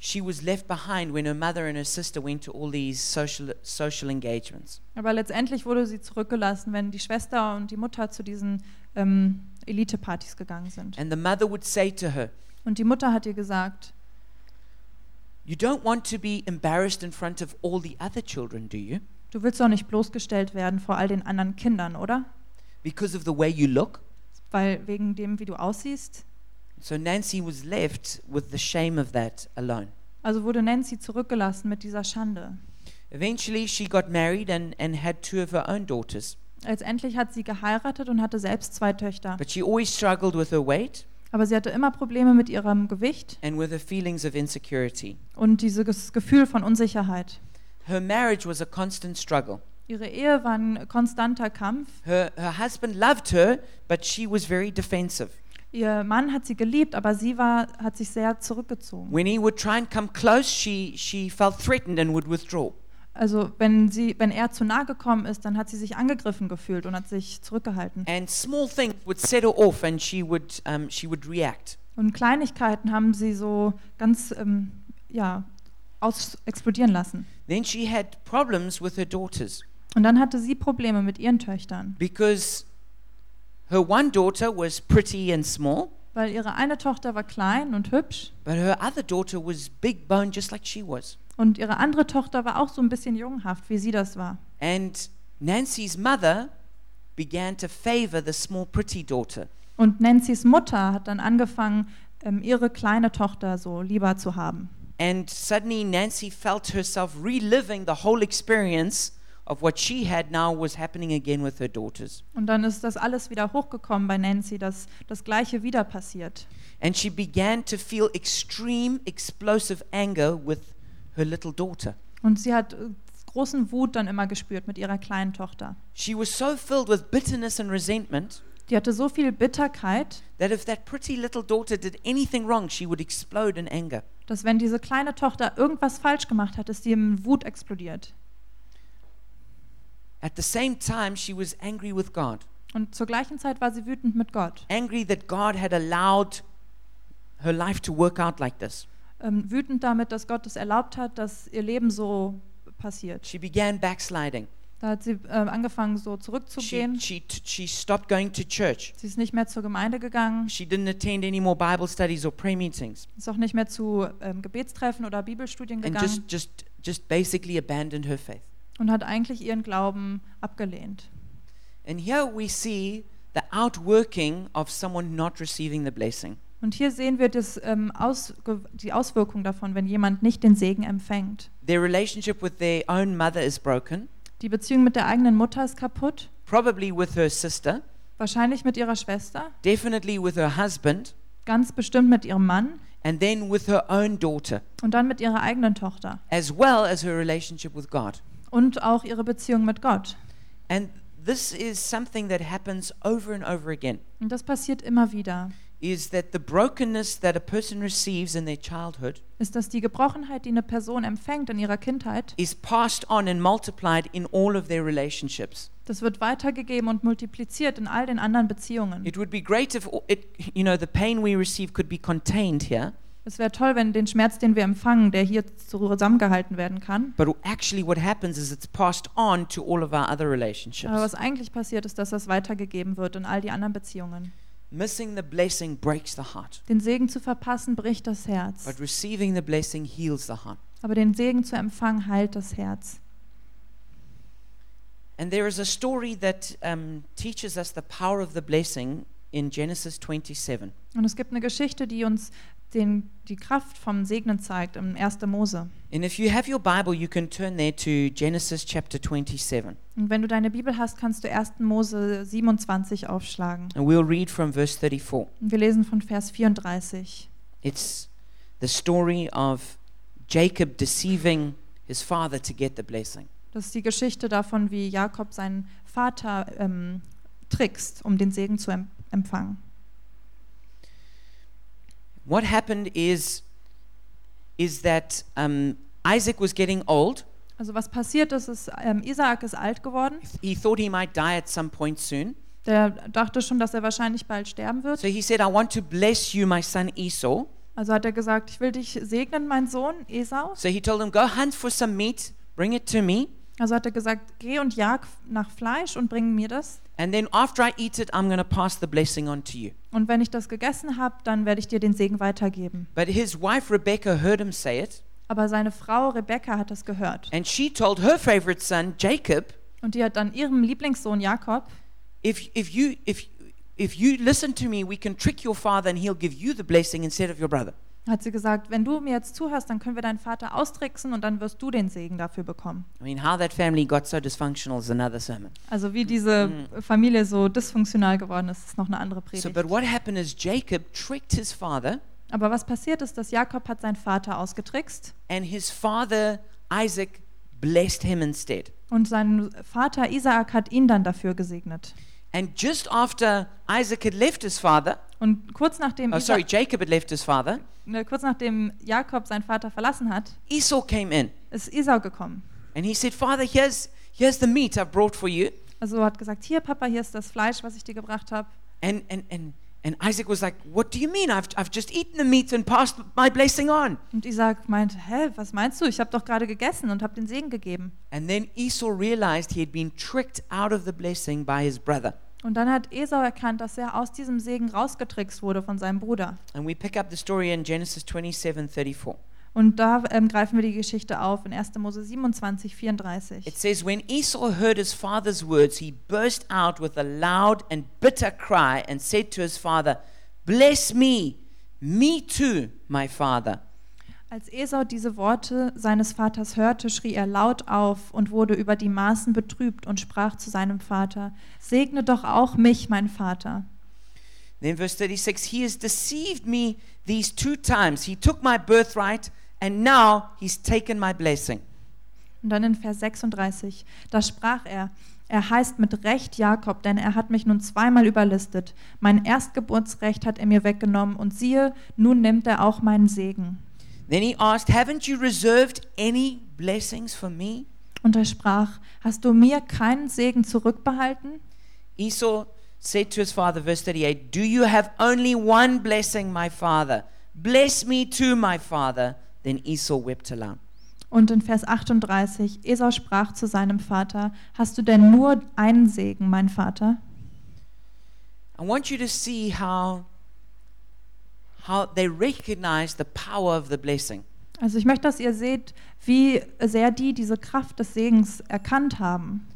[SPEAKER 1] she was left behind when her mother and her sister went to all these social, social engagements.
[SPEAKER 2] Aber letztendlich wurde sie zurückgelassen, wenn die Schwester und die Mutter zu diesen ähm, Elite-Partys gegangen sind.
[SPEAKER 1] And the mother would say to her,
[SPEAKER 2] Und die Mutter hat ihr gesagt,
[SPEAKER 1] You don't want to be embarrassed in front of all the other children, do you?
[SPEAKER 2] du willst doch nicht bloßgestellt werden vor all den anderen Kindern, oder?
[SPEAKER 1] Because of the way you look?
[SPEAKER 2] Weil wegen dem, wie du aussiehst.
[SPEAKER 1] So Nancy was left with the shame of that alone.
[SPEAKER 2] Also wurde Nancy zurückgelassen mit dieser Schande.
[SPEAKER 1] Eventually, she got married and, and had two of her own daughters.
[SPEAKER 2] Letztendlich hat sie geheiratet und hatte selbst zwei Töchter.
[SPEAKER 1] But she always struggled with her weight
[SPEAKER 2] Aber sie hatte immer Probleme mit ihrem Gewicht
[SPEAKER 1] and with her feelings of insecurity.
[SPEAKER 2] und dieses Gefühl von Unsicherheit.
[SPEAKER 1] Her marriage was a constant struggle.
[SPEAKER 2] Ihre Ehe war ein konstanter Kampf.
[SPEAKER 1] Her, her husband loved her, but she was very defensive.
[SPEAKER 2] Ihr Mann hat sie geliebt, aber sie war, hat sich sehr zurückgezogen.
[SPEAKER 1] When he would try and come close, she, she felt threatened and would withdraw.
[SPEAKER 2] Also wenn, sie, wenn er zu nahe gekommen ist, dann hat sie sich angegriffen gefühlt und hat sich zurückgehalten.
[SPEAKER 1] And small things would set her off and she would, um, she would react.
[SPEAKER 2] Und Kleinigkeiten haben sie so ganz ähm, ja, aus explodieren lassen.
[SPEAKER 1] Then she had problems with her daughters
[SPEAKER 2] Und dann hatte sie Probleme mit ihren Töchtern,
[SPEAKER 1] because her one daughter was pretty and small,
[SPEAKER 2] weil ihre eine Tochter war klein und hübsch
[SPEAKER 1] but her other daughter was big boned just like she was.
[SPEAKER 2] und ihre andere Tochter war auch so ein bisschen junghaft, wie sie das war.
[SPEAKER 1] And Nancy's mother began to favor the small, pretty daughter.
[SPEAKER 2] Und Nancy's Mutter hat dann angefangen, ähm, ihre kleine Tochter so lieber zu haben.
[SPEAKER 1] And suddenly Nancy felt herself reliving the whole experience of what she had now was happening again with her daughters.
[SPEAKER 2] Und dann ist das alles wieder hochgekommen bei Nancy, dass das Gleiche wieder passiert.
[SPEAKER 1] And she began to feel extreme, explosive anger with her little daughter.
[SPEAKER 2] Und sie hat äh, großen Wut dann immer gespürt mit ihrer kleinen Tochter.
[SPEAKER 1] She was so filled with bitterness and resentment
[SPEAKER 2] Die hatte so viel Bitterkeit,
[SPEAKER 1] that if that pretty little daughter did anything wrong, she would explode in anger.
[SPEAKER 2] dass wenn diese kleine Tochter irgendwas falsch gemacht hat, ist sie in Wut explodiert.
[SPEAKER 1] At the same time, she was angry with God,
[SPEAKER 2] Und zur gleichen Zeit war sie wütend mit Gott.
[SPEAKER 1] angry that God had allowed her life to work out like this.
[SPEAKER 2] Ähm, wütend damit, dass Gott es erlaubt hat, dass ihr Leben so passiert.
[SPEAKER 1] She began backsliding.
[SPEAKER 2] Da hat sie ähm, angefangen, so
[SPEAKER 1] She,
[SPEAKER 2] zurückzugehen.
[SPEAKER 1] she, t- she stopped going to church.
[SPEAKER 2] Sie ist nicht mehr zur Gemeinde gegangen,
[SPEAKER 1] She didn't attend any more Bible studies or prayer meetings
[SPEAKER 2] ist auch nicht mehr zu ähm, Gebetstreffen oder Bibelstudien
[SPEAKER 1] and
[SPEAKER 2] gegangen
[SPEAKER 1] just, just, just basically abandoned her faith.
[SPEAKER 2] und hat eigentlich ihren Glauben abgelehnt.
[SPEAKER 1] And here we see the outworking of someone not receiving the blessing.
[SPEAKER 2] Und hier sehen wir das, ähm, ausge- die Auswirkung davon, wenn jemand nicht den Segen empfängt.
[SPEAKER 1] Their relationship with their own mother is broken,
[SPEAKER 2] Die Beziehung mit der eigenen Mutter ist kaputt,
[SPEAKER 1] probably with her sister,
[SPEAKER 2] wahrscheinlich mit ihrer Schwester,
[SPEAKER 1] definitely with her husband,
[SPEAKER 2] ganz bestimmt mit ihrem Mann
[SPEAKER 1] and then with her own daughter,
[SPEAKER 2] und dann mit ihrer eigenen Tochter
[SPEAKER 1] as well as her relationship with God.
[SPEAKER 2] und auch ihre Beziehung mit Gott.
[SPEAKER 1] And this is something that happens over and over again
[SPEAKER 2] Und das passiert immer wieder.
[SPEAKER 1] is that the brokenness that a person receives in their childhood
[SPEAKER 2] Ist, dass die Gebrochenheit, die eine Person empfängt in ihrer Kindheit,
[SPEAKER 1] is passed on and multiplied in all of their relationships.
[SPEAKER 2] das wird weitergegeben und multipliziert in all den anderen Beziehungen.
[SPEAKER 1] It would be great if o- it you know the pain we receive could be contained here,
[SPEAKER 2] Es wäre toll, wenn den Schmerz, den wir empfangen, der hier zusammengehalten werden kann,
[SPEAKER 1] but actually what happens is it's passed on to all of our other
[SPEAKER 2] Aber
[SPEAKER 1] relationships.
[SPEAKER 2] was eigentlich passiert ist, dass das weitergegeben wird in all die anderen Beziehungen.
[SPEAKER 1] Missing the blessing breaks the heart,
[SPEAKER 2] Den Segen zu verpassen bricht das Herz,
[SPEAKER 1] but receiving the blessing heals the heart.
[SPEAKER 2] aber den Segen zu empfangen heilt das Herz.
[SPEAKER 1] And there is a story that um, teaches us the power of the blessing in Genesis 27.
[SPEAKER 2] Und es gibt eine Geschichte, die uns den, die Kraft vom Segnen zeigt im 1. Mose.
[SPEAKER 1] And if you have your Bible, you can turn there to Genesis chapter 27.
[SPEAKER 2] Und wenn du deine Bibel hast, kannst du 1. Mose 27 aufschlagen.
[SPEAKER 1] And we'll read from verse 34.
[SPEAKER 2] Und wir lesen von Vers 34.
[SPEAKER 1] It's the story of Jacob deceiving his father to get the blessing.
[SPEAKER 2] Das ist die Geschichte davon, wie Jakob seinen Vater ähm, trickst, um den Segen zu em empfangen.
[SPEAKER 1] What happened is, is that um, Isaac was getting old.
[SPEAKER 2] Also was passiert ist, ist ähm, Isaak ist alt geworden.
[SPEAKER 1] He thought he might die at some point soon.
[SPEAKER 2] Der dachte schon, dass er wahrscheinlich bald sterben wird.
[SPEAKER 1] So he said, I want to bless you, my son Esau,
[SPEAKER 2] Also hat er gesagt, ich will dich segnen, mein Sohn Esau.
[SPEAKER 1] So he told him, Go hunt for some meat, bring it to me,
[SPEAKER 2] Also hat er gesagt, geh und jag nach Fleisch und bring mir das.
[SPEAKER 1] and then after I eat it, I'm going to pass the blessing on to you.
[SPEAKER 2] Und wenn ich das gegessen habe, dann werde ich dir den Segen weitergeben.
[SPEAKER 1] But his wife Rebecca heard him say it,
[SPEAKER 2] Aber seine Frau Rebekka hat das gehört.
[SPEAKER 1] and she told her favorite son, Jacob,
[SPEAKER 2] Und die hat dann ihrem Lieblingssohn Jakob,
[SPEAKER 1] if, if, you, if, if you listen to me, we can trick your father and he'll give you the blessing instead of your brother.
[SPEAKER 2] hat sie gesagt, wenn du mir jetzt zuhörst, dann können wir deinen Vater austricksen und dann wirst du den Segen dafür bekommen.
[SPEAKER 1] I mean, how that family got so dysfunctional is another sermon.
[SPEAKER 2] Also wie diese Familie so dysfunktional geworden ist, ist noch eine andere
[SPEAKER 1] So,
[SPEAKER 2] Predigt.
[SPEAKER 1] but what happened is Jacob tricked his father,
[SPEAKER 2] Aber was passiert ist, dass Jakob hat seinen Vater ausgetrickst
[SPEAKER 1] and his father, Isaac, blessed him instead.
[SPEAKER 2] und sein Vater Isaak hat ihn dann dafür gesegnet.
[SPEAKER 1] And just after Isaac had left his father,
[SPEAKER 2] Und kurz nachdem,
[SPEAKER 1] oh, sorry,
[SPEAKER 2] Isa
[SPEAKER 1] Jacob had left his father,
[SPEAKER 2] ne, kurz nachdem Jakob seinen Vater verlassen hat,
[SPEAKER 1] Esau came in
[SPEAKER 2] ist Esau gekommen.
[SPEAKER 1] and he said, Father, here's, here's the meat I've brought for you.
[SPEAKER 2] Also hat gesagt, hier Papa, hier ist das Fleisch, was ich dir gebracht habe.
[SPEAKER 1] And, and, and, and Isaac was like, What do you mean? I've, I've just eaten the meat and passed my blessing on.
[SPEAKER 2] Und Isaac meinte, hä, was meinst du? Ich habe doch gerade gegessen und habe den Segen gegeben.
[SPEAKER 1] And then Esau realized he had been tricked out of the blessing by his brother.
[SPEAKER 2] Und dann hat Esau erkannt, dass er aus diesem Segen rausgetrickst wurde von seinem Bruder.
[SPEAKER 1] And we pick up the story in Genesis 27 34.
[SPEAKER 2] Und da ähm, greifen wir die Geschichte auf in 1. Mose 27,
[SPEAKER 1] It
[SPEAKER 2] 34.
[SPEAKER 1] says, When Esau heard his father's words, he burst out with a loud and bitter cry and said to his father, Bless me, me too, my father.
[SPEAKER 2] Als Esau diese Worte seines Vaters hörte, schrie er laut auf und wurde über die Maßen betrübt und sprach zu seinem Vater, Segne doch auch mich, mein Vater.
[SPEAKER 1] Then, verse 36 He has deceived me these two times. He took my birthright, and now he's taken my blessing.
[SPEAKER 2] Und dann in Vers 36, da sprach er, er heißt mit Recht Jakob, denn er hat mich nun zweimal überlistet. Mein Erstgeburtsrecht hat er mir weggenommen und siehe, nun nimmt er auch meinen Segen.
[SPEAKER 1] Then he asked, Haven't you reserved any blessings for me?
[SPEAKER 2] Und er sprach, hast du mir keinen Segen zurückbehalten?
[SPEAKER 1] Esau said to his father, verse 38, Do you have only one blessing, my father? Bless me too, my father. Then Esau wept aloud.
[SPEAKER 2] Und in Vers 38, Esau sprach zu seinem Vater, hast du denn nur einen Segen, mein Vater?
[SPEAKER 1] I want you to see how, how they recognize the power of the blessing.
[SPEAKER 2] Also ich möchte, dass ihr seht, wie sehr die diese Kraft des Segens erkannt haben.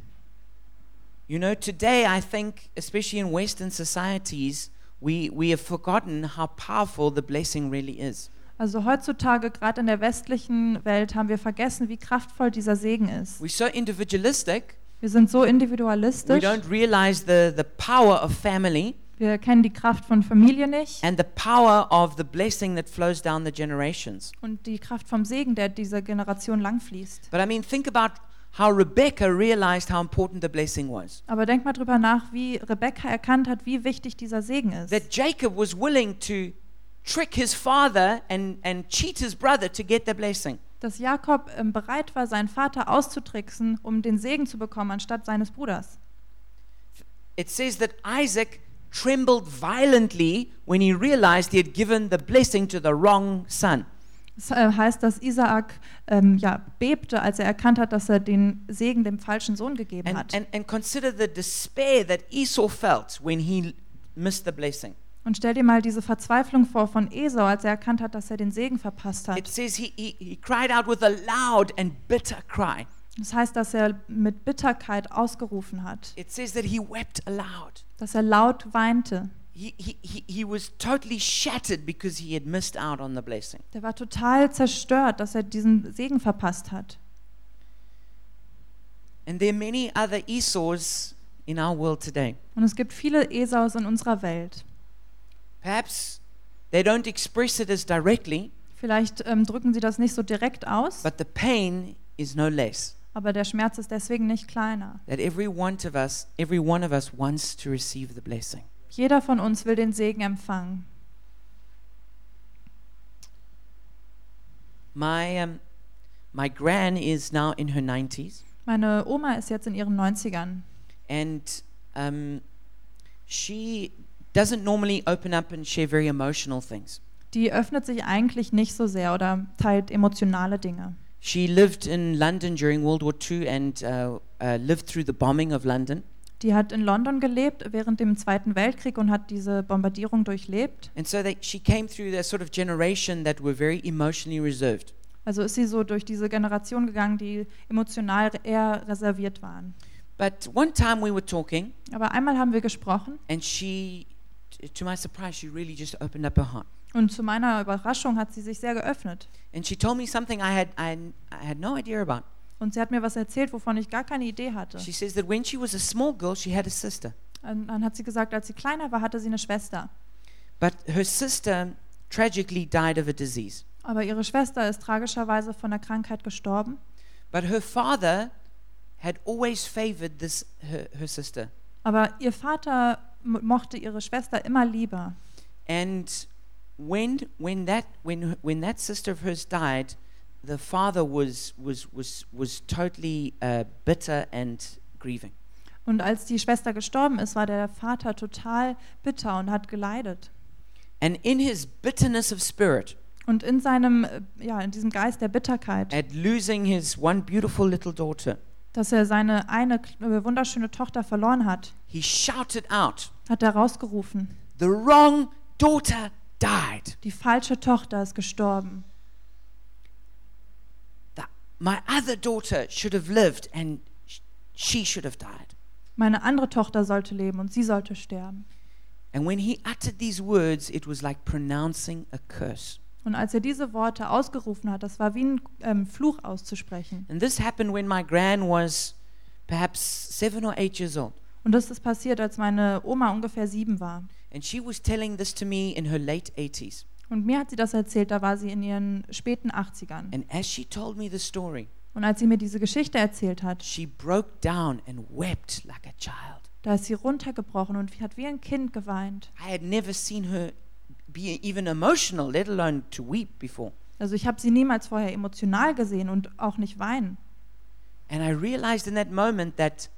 [SPEAKER 1] You know, today I think, especially in Western societies, we, we have forgotten how powerful the blessing really is.
[SPEAKER 2] Also heutzutage, gerade in der westlichen Welt, haben wir vergessen, wie kraftvoll dieser Segen ist.
[SPEAKER 1] We're so individualistic,
[SPEAKER 2] Wir sind so
[SPEAKER 1] we
[SPEAKER 2] individualistisch,
[SPEAKER 1] don't realize the, the power of family
[SPEAKER 2] wir kennen die Kraft von Familie nicht
[SPEAKER 1] and the power of the blessing that flows down the generations.
[SPEAKER 2] und die Kraft vom Segen, der dieser Generation langfließt.
[SPEAKER 1] But I mean, think about how Rebecca realized how important the blessing was.
[SPEAKER 2] Aber denk mal drüber nach, wie Rebekka erkannt hat, wie wichtig dieser Segen ist.
[SPEAKER 1] That Jacob was willing to trick his father and, and cheat his brother to get the blessing.
[SPEAKER 2] Dass Jakob ähm, bereit war, seinen Vater auszutricksen, um den Segen zu bekommen, anstatt seines Bruders.
[SPEAKER 1] It says that Isaac trembled violently when he realized he had given the blessing to the wrong son.
[SPEAKER 2] Das äh, heißt, dass Isaak ähm, ja, bebte, als er erkannt hat, dass er den Segen dem falschen Sohn gegeben
[SPEAKER 1] And,
[SPEAKER 2] hat.
[SPEAKER 1] and, and consider the despair that Esau felt when he missed the blessing.
[SPEAKER 2] Und stell dir mal diese Verzweiflung vor von Esau, als er erkannt hat, dass er den Segen verpasst
[SPEAKER 1] It
[SPEAKER 2] hat.
[SPEAKER 1] says he, he, he cried out with a loud and bitter cry.
[SPEAKER 2] Das heißt, dass er mit Bitterkeit ausgerufen hat,
[SPEAKER 1] It says that he wept aloud.
[SPEAKER 2] dass er laut weinte.
[SPEAKER 1] He, he, he, he was totally shattered because he had missed out on the blessing.
[SPEAKER 2] Der war total zerstört, dass er diesen Segen verpasst hat.
[SPEAKER 1] And there are many other Esau's in our world today.
[SPEAKER 2] Und es gibt viele Esaus in unserer Welt.
[SPEAKER 1] Perhaps they don't express it as directly,
[SPEAKER 2] Vielleicht ähm, drücken sie das nicht so direkt aus,
[SPEAKER 1] but the pain is no less.
[SPEAKER 2] aber der Schmerz ist deswegen nicht kleiner.
[SPEAKER 1] That every one of us, every one of us wants to receive the blessing.
[SPEAKER 2] Jeder von uns will den Segen empfangen.
[SPEAKER 1] My um, my gran is now in her 90s,
[SPEAKER 2] Meine Oma ist jetzt in ihren 90ern
[SPEAKER 1] and um, she doesn't normally open up and share very emotional things.
[SPEAKER 2] die öffnet sich eigentlich nicht so sehr oder teilt emotionale Dinge.
[SPEAKER 1] She lived in London during World War II and uh, uh, lived through the bombing of London.
[SPEAKER 2] Die hat in London gelebt während dem Zweiten Weltkrieg und hat diese Bombardierung durchlebt.
[SPEAKER 1] And so they, she came through that sort of generation that were very emotionally reserved.
[SPEAKER 2] Also ist sie so durch diese Generation gegangen, die emotional eher reserviert waren.
[SPEAKER 1] But one time we were talking,
[SPEAKER 2] Aber einmal haben wir gesprochen
[SPEAKER 1] and she, t- to my surprise, she really just opened up her heart.
[SPEAKER 2] und zu meiner Überraschung hat sie sich sehr geöffnet.
[SPEAKER 1] And she told me something I had, I, I had no idea about.
[SPEAKER 2] Und sie hat mir was erzählt, wovon ich gar keine Idee hatte.
[SPEAKER 1] She says that when she was a small girl, she had a sister.
[SPEAKER 2] Und dann hat sie gesagt, als sie kleiner war, hatte sie eine Schwester.
[SPEAKER 1] But her sister tragically died of a disease.
[SPEAKER 2] Aber ihre Schwester ist tragischerweise von der Krankheit gestorben.
[SPEAKER 1] But her father had always favored this, her, her sister.
[SPEAKER 2] Aber ihr Vater m- mochte ihre Schwester immer lieber.
[SPEAKER 1] And when when that when when that sister of hers died, the father was was was was totally uh, bitter and grieving.
[SPEAKER 2] Und als die Schwester gestorben ist, war der Vater total bitter und hat geleidet.
[SPEAKER 1] And in his bitterness of spirit
[SPEAKER 2] Und in seinem, äh, ja, in diesem Geist der Bitterkeit,
[SPEAKER 1] at losing his one beautiful little daughter,
[SPEAKER 2] dass er seine eine kl- äh, wunderschöne Tochter verloren hat,
[SPEAKER 1] he shouted out,
[SPEAKER 2] hat er rausgerufen,
[SPEAKER 1] "The wrong daughter died.
[SPEAKER 2] die falsche Tochter ist gestorben.
[SPEAKER 1] The, my other daughter should have lived, and sh- she should have died."
[SPEAKER 2] Meine andere Tochter sollte leben und sie sollte sterben.
[SPEAKER 1] And when he uttered these words, it was like pronouncing a curse.
[SPEAKER 2] Und als er diese Worte ausgerufen hat, das war wie ein ähm, Fluch auszusprechen.
[SPEAKER 1] And this happened when my gran was perhaps seven or eight years old.
[SPEAKER 2] Und das ist passiert, als meine Oma ungefähr sieben war.
[SPEAKER 1] And she was telling this to me in her late 80s.
[SPEAKER 2] Und mir hat sie das erzählt, da war sie in ihren späten 80ern.
[SPEAKER 1] And as she told me the story,
[SPEAKER 2] Und als sie mir diese Geschichte erzählt hat,
[SPEAKER 1] she broke down and wept like a child.
[SPEAKER 2] da ist sie runtergebrochen und hat wie ein Kind geweint.
[SPEAKER 1] I had never seen her be even emotional, let alone to weep before.
[SPEAKER 2] Also ich habe sie niemals vorher emotional gesehen und auch nicht weinen.
[SPEAKER 1] And I realized in that moment that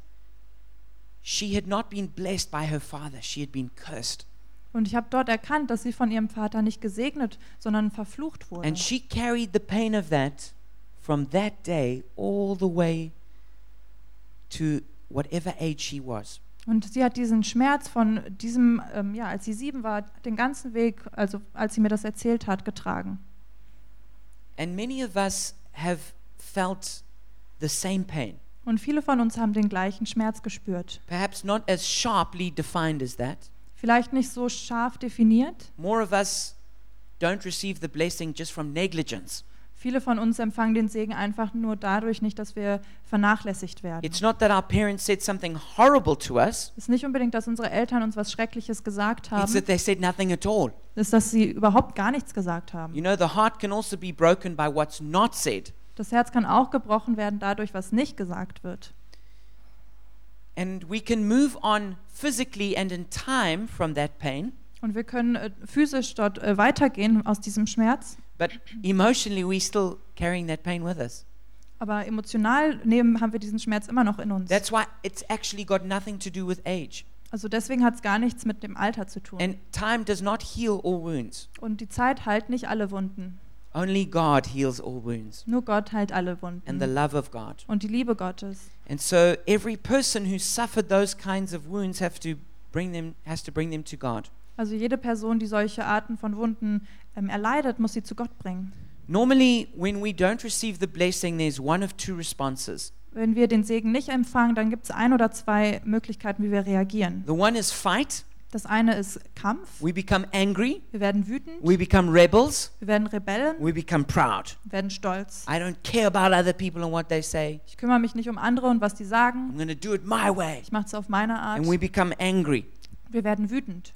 [SPEAKER 1] she had not been blessed by her father, she had been cursed.
[SPEAKER 2] Und ich habe dort erkannt, dass sie von ihrem Vater nicht gesegnet, sondern verflucht wurde.
[SPEAKER 1] And she carried the pain of that from that day all the way to whatever age she was.
[SPEAKER 2] Und sie hat diesen Schmerz von diesem, ähm, ja, als sie sieben war, den ganzen Weg, also als sie mir das erzählt hat, getragen.
[SPEAKER 1] And many of us have felt the same pain,
[SPEAKER 2] Und viele von uns haben den gleichen Schmerz gespürt.
[SPEAKER 1] perhaps not as sharply defined as that.
[SPEAKER 2] Vielleicht nicht so scharf definiert.
[SPEAKER 1] More of us don't receive the blessing just from negligence.
[SPEAKER 2] Viele von uns empfangen den Segen einfach nur dadurch nicht, dass wir vernachlässigt werden.
[SPEAKER 1] It's not that our parents said something horrible to us,
[SPEAKER 2] Es ist nicht unbedingt, dass unsere Eltern uns was Schreckliches gesagt
[SPEAKER 1] it's
[SPEAKER 2] haben,
[SPEAKER 1] that they said nothing at all.
[SPEAKER 2] es ist, dass sie überhaupt gar nichts gesagt
[SPEAKER 1] You
[SPEAKER 2] haben.
[SPEAKER 1] know, the heart can also be broken by what's not said.
[SPEAKER 2] Das Herz kann auch gebrochen werden dadurch, was nicht gesagt wird.
[SPEAKER 1] And we can move on physically and in time from that pain,
[SPEAKER 2] Und wir können äh, physisch dort äh, weitergehen aus diesem Schmerz,
[SPEAKER 1] but emotionally we're still carrying that pain with us.
[SPEAKER 2] aber emotional nehmen haben wir diesen Schmerz immer noch in uns.
[SPEAKER 1] That's why it's actually got nothing to do with age.
[SPEAKER 2] Also deswegen hat es gar nichts mit dem Alter zu tun.
[SPEAKER 1] And time does not heal all wounds.
[SPEAKER 2] Und die Zeit heilt nicht alle Wunden.
[SPEAKER 1] Only God heals all wounds
[SPEAKER 2] Nur Gott heilt alle
[SPEAKER 1] and the
[SPEAKER 2] Wunden.
[SPEAKER 1] love of God.
[SPEAKER 2] Und die Liebe Gottes.
[SPEAKER 1] And so every person who suffered those kinds of wounds have to bring them has to bring them to God.
[SPEAKER 2] Also jede Person, die solche Arten von Wunden ähm, erleidet, muss sie zu Gott bringen.
[SPEAKER 1] Normally when we don't receive the blessing there's one of two responses.
[SPEAKER 2] Wenn wir den Segen nicht empfangen, dann gibt es ein oder zwei Möglichkeiten, wie wir reagieren.
[SPEAKER 1] The one is fight,
[SPEAKER 2] Das eine ist Kampf.
[SPEAKER 1] we become angry,
[SPEAKER 2] Wir werden wütend,
[SPEAKER 1] we become rebels,
[SPEAKER 2] wir werden Rebellen,
[SPEAKER 1] we become proud.
[SPEAKER 2] wir werden stolz.
[SPEAKER 1] I don't care about other people and what they say.
[SPEAKER 2] Ich kümmere mich nicht um andere und was die sagen.
[SPEAKER 1] I'm going to do it my way.
[SPEAKER 2] Ich mache es auf meine Art.
[SPEAKER 1] And we become angry.
[SPEAKER 2] Wir werden wütend.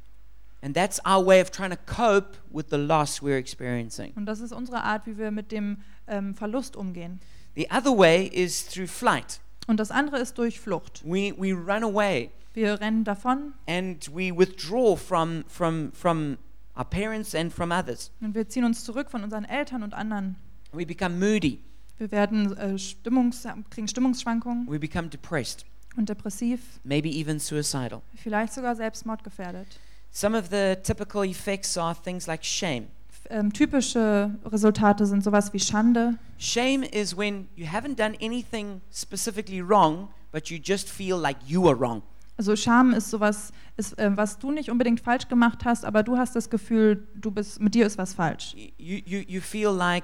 [SPEAKER 1] And that's our way of trying to cope with the loss we're experiencing.
[SPEAKER 2] Und das ist unsere Art, wie wir mit dem ähm, Verlust umgehen.
[SPEAKER 1] The other way is through flight.
[SPEAKER 2] Und das andere ist durch Flucht.
[SPEAKER 1] We, we run away
[SPEAKER 2] Wir rennen davon
[SPEAKER 1] and we withdraw from, from, from our parents and from others.
[SPEAKER 2] und wir ziehen uns zurück von unseren Eltern und anderen.
[SPEAKER 1] We become moody.
[SPEAKER 2] Wir werden äh, Stimmungs kriegen Stimmungsschwankungen
[SPEAKER 1] We become depressed,
[SPEAKER 2] und depressiv,
[SPEAKER 1] maybe even suicidal.
[SPEAKER 2] vielleicht sogar selbstmordgefährdet.
[SPEAKER 1] Some of the typical effects are things like shame.
[SPEAKER 2] ähm, typische Resultate sind sowas wie Schande.
[SPEAKER 1] Shame is when you haven't done anything specifically wrong, but you just feel like you were wrong.
[SPEAKER 2] Also Scham ist sowas, ist, ähm, was du nicht unbedingt falsch gemacht hast, aber du hast das Gefühl, du bist, mit dir ist was falsch.
[SPEAKER 1] You, you, you feel like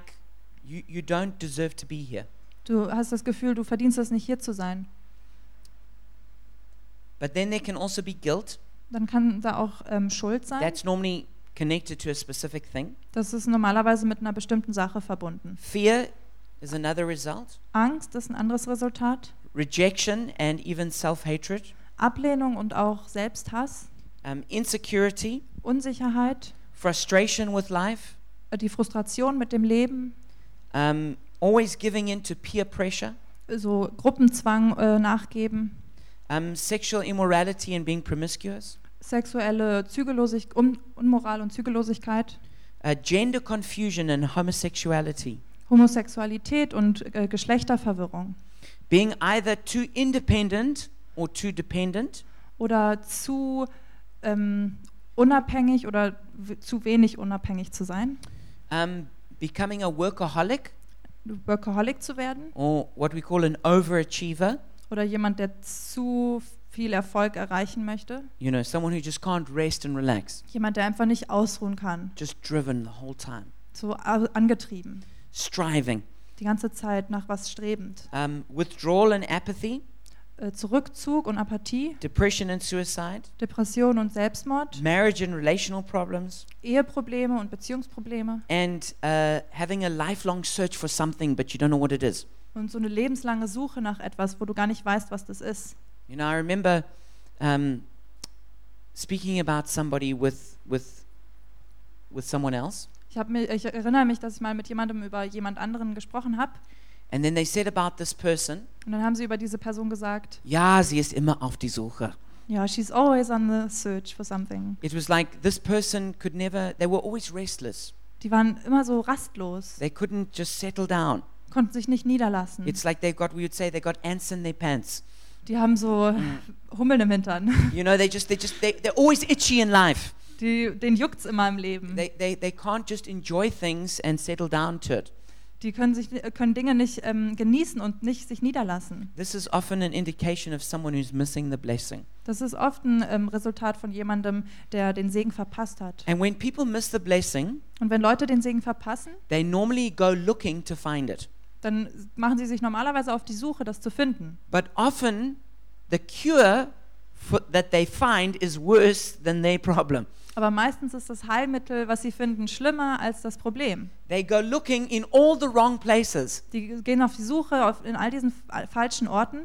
[SPEAKER 1] you, you don't deserve to be here.
[SPEAKER 2] Du hast das Gefühl, du verdienst es nicht, hier zu sein.
[SPEAKER 1] But then there can also be guilt.
[SPEAKER 2] Dann kann da auch ähm, Schuld sein.
[SPEAKER 1] That's normally connected to a specific thing.
[SPEAKER 2] Das ist normalerweise mit einer bestimmten Sache verbunden.
[SPEAKER 1] Fear is another result.
[SPEAKER 2] Angst ist ein anderes Resultat.
[SPEAKER 1] Rejection and even self hatred.
[SPEAKER 2] Ablehnung und auch Selbsthass,
[SPEAKER 1] Um, insecurity,
[SPEAKER 2] Unsicherheit,
[SPEAKER 1] frustration with life,
[SPEAKER 2] äh, die Frustration mit dem Leben,
[SPEAKER 1] um, always giving in to peer pressure,
[SPEAKER 2] so Gruppenzwang äh, nachgeben,
[SPEAKER 1] um, sexual immorality and being promiscuous,
[SPEAKER 2] sexuelle Zügellosigkeit, Un Unmoral und Zügellosigkeit,
[SPEAKER 1] uh, gender confusion and homosexuality,
[SPEAKER 2] Homosexualität und äh, Geschlechterverwirrung
[SPEAKER 1] being either too independent or too dependent,
[SPEAKER 2] oder zu ähm, unabhängig oder w- zu wenig unabhängig zu sein,
[SPEAKER 1] um, becoming a workaholic
[SPEAKER 2] Workaholic zu werden
[SPEAKER 1] or what we call an overachiever,
[SPEAKER 2] oder jemand, der zu viel Erfolg erreichen möchte,
[SPEAKER 1] you know, someone who just can't rest and relax,
[SPEAKER 2] jemand, der einfach nicht ausruhen kann,
[SPEAKER 1] just driven the whole time,
[SPEAKER 2] so a- angetrieben.
[SPEAKER 1] striving,
[SPEAKER 2] die ganze Zeit nach was strebend.
[SPEAKER 1] um, withdrawal and apathy,
[SPEAKER 2] Äh, Zurückzug und Apathie,
[SPEAKER 1] depression and suicide,
[SPEAKER 2] Depression und Selbstmord,
[SPEAKER 1] marriage and relational problems.
[SPEAKER 2] Eheprobleme und Beziehungsprobleme
[SPEAKER 1] and uh, having a lifelong search for something, but you don't know what it is.
[SPEAKER 2] und so eine lebenslange Suche nach etwas, wo du gar nicht weißt, was das ist.
[SPEAKER 1] You know, I remember um, speaking about somebody with with with someone else,
[SPEAKER 2] Ich, hab mir, ich erinnere mich, dass ich mal mit jemandem über jemand anderen gesprochen habe
[SPEAKER 1] and then they said about this person,
[SPEAKER 2] und dann haben sie über diese Person gesagt,
[SPEAKER 1] "Ja, sie ist immer auf die Suche."
[SPEAKER 2] ja, she's always on the search for something.
[SPEAKER 1] It was like this person could never. They were always restless.
[SPEAKER 2] Die waren immer so rastlos,
[SPEAKER 1] They couldn't just settle down.
[SPEAKER 2] konnten sich nicht niederlassen.
[SPEAKER 1] It's like they got. We would say they got ants in their pants.
[SPEAKER 2] Die haben so Hummeln im Hintern.
[SPEAKER 1] Mm. You know, they just. They just. They, they're always itchy in life.
[SPEAKER 2] Die, denen juckt's immer im Leben.
[SPEAKER 1] They, they. They can't just enjoy things and settle down to it.
[SPEAKER 2] Die können, sich, können Dinge nicht ähm, genießen und nicht sich niederlassen.
[SPEAKER 1] This is often an indication of someone who's missing the blessing.
[SPEAKER 2] Das ist oft ein ähm, Resultat von jemandem, der den Segen verpasst hat.
[SPEAKER 1] And when people miss the blessing,
[SPEAKER 2] Und wenn Leute den Segen verpassen,
[SPEAKER 1] they normally go looking to find it.
[SPEAKER 2] dann machen sie sich normalerweise auf die Suche, das zu finden.
[SPEAKER 1] But often, the cure for, that they find is worse than their problem.
[SPEAKER 2] Aber meistens ist das Heilmittel, was sie finden, schlimmer als das Problem.
[SPEAKER 1] They go looking in all the wrong places.
[SPEAKER 2] Die gehen auf die Suche auf, in all diesen fa- falschen Orten.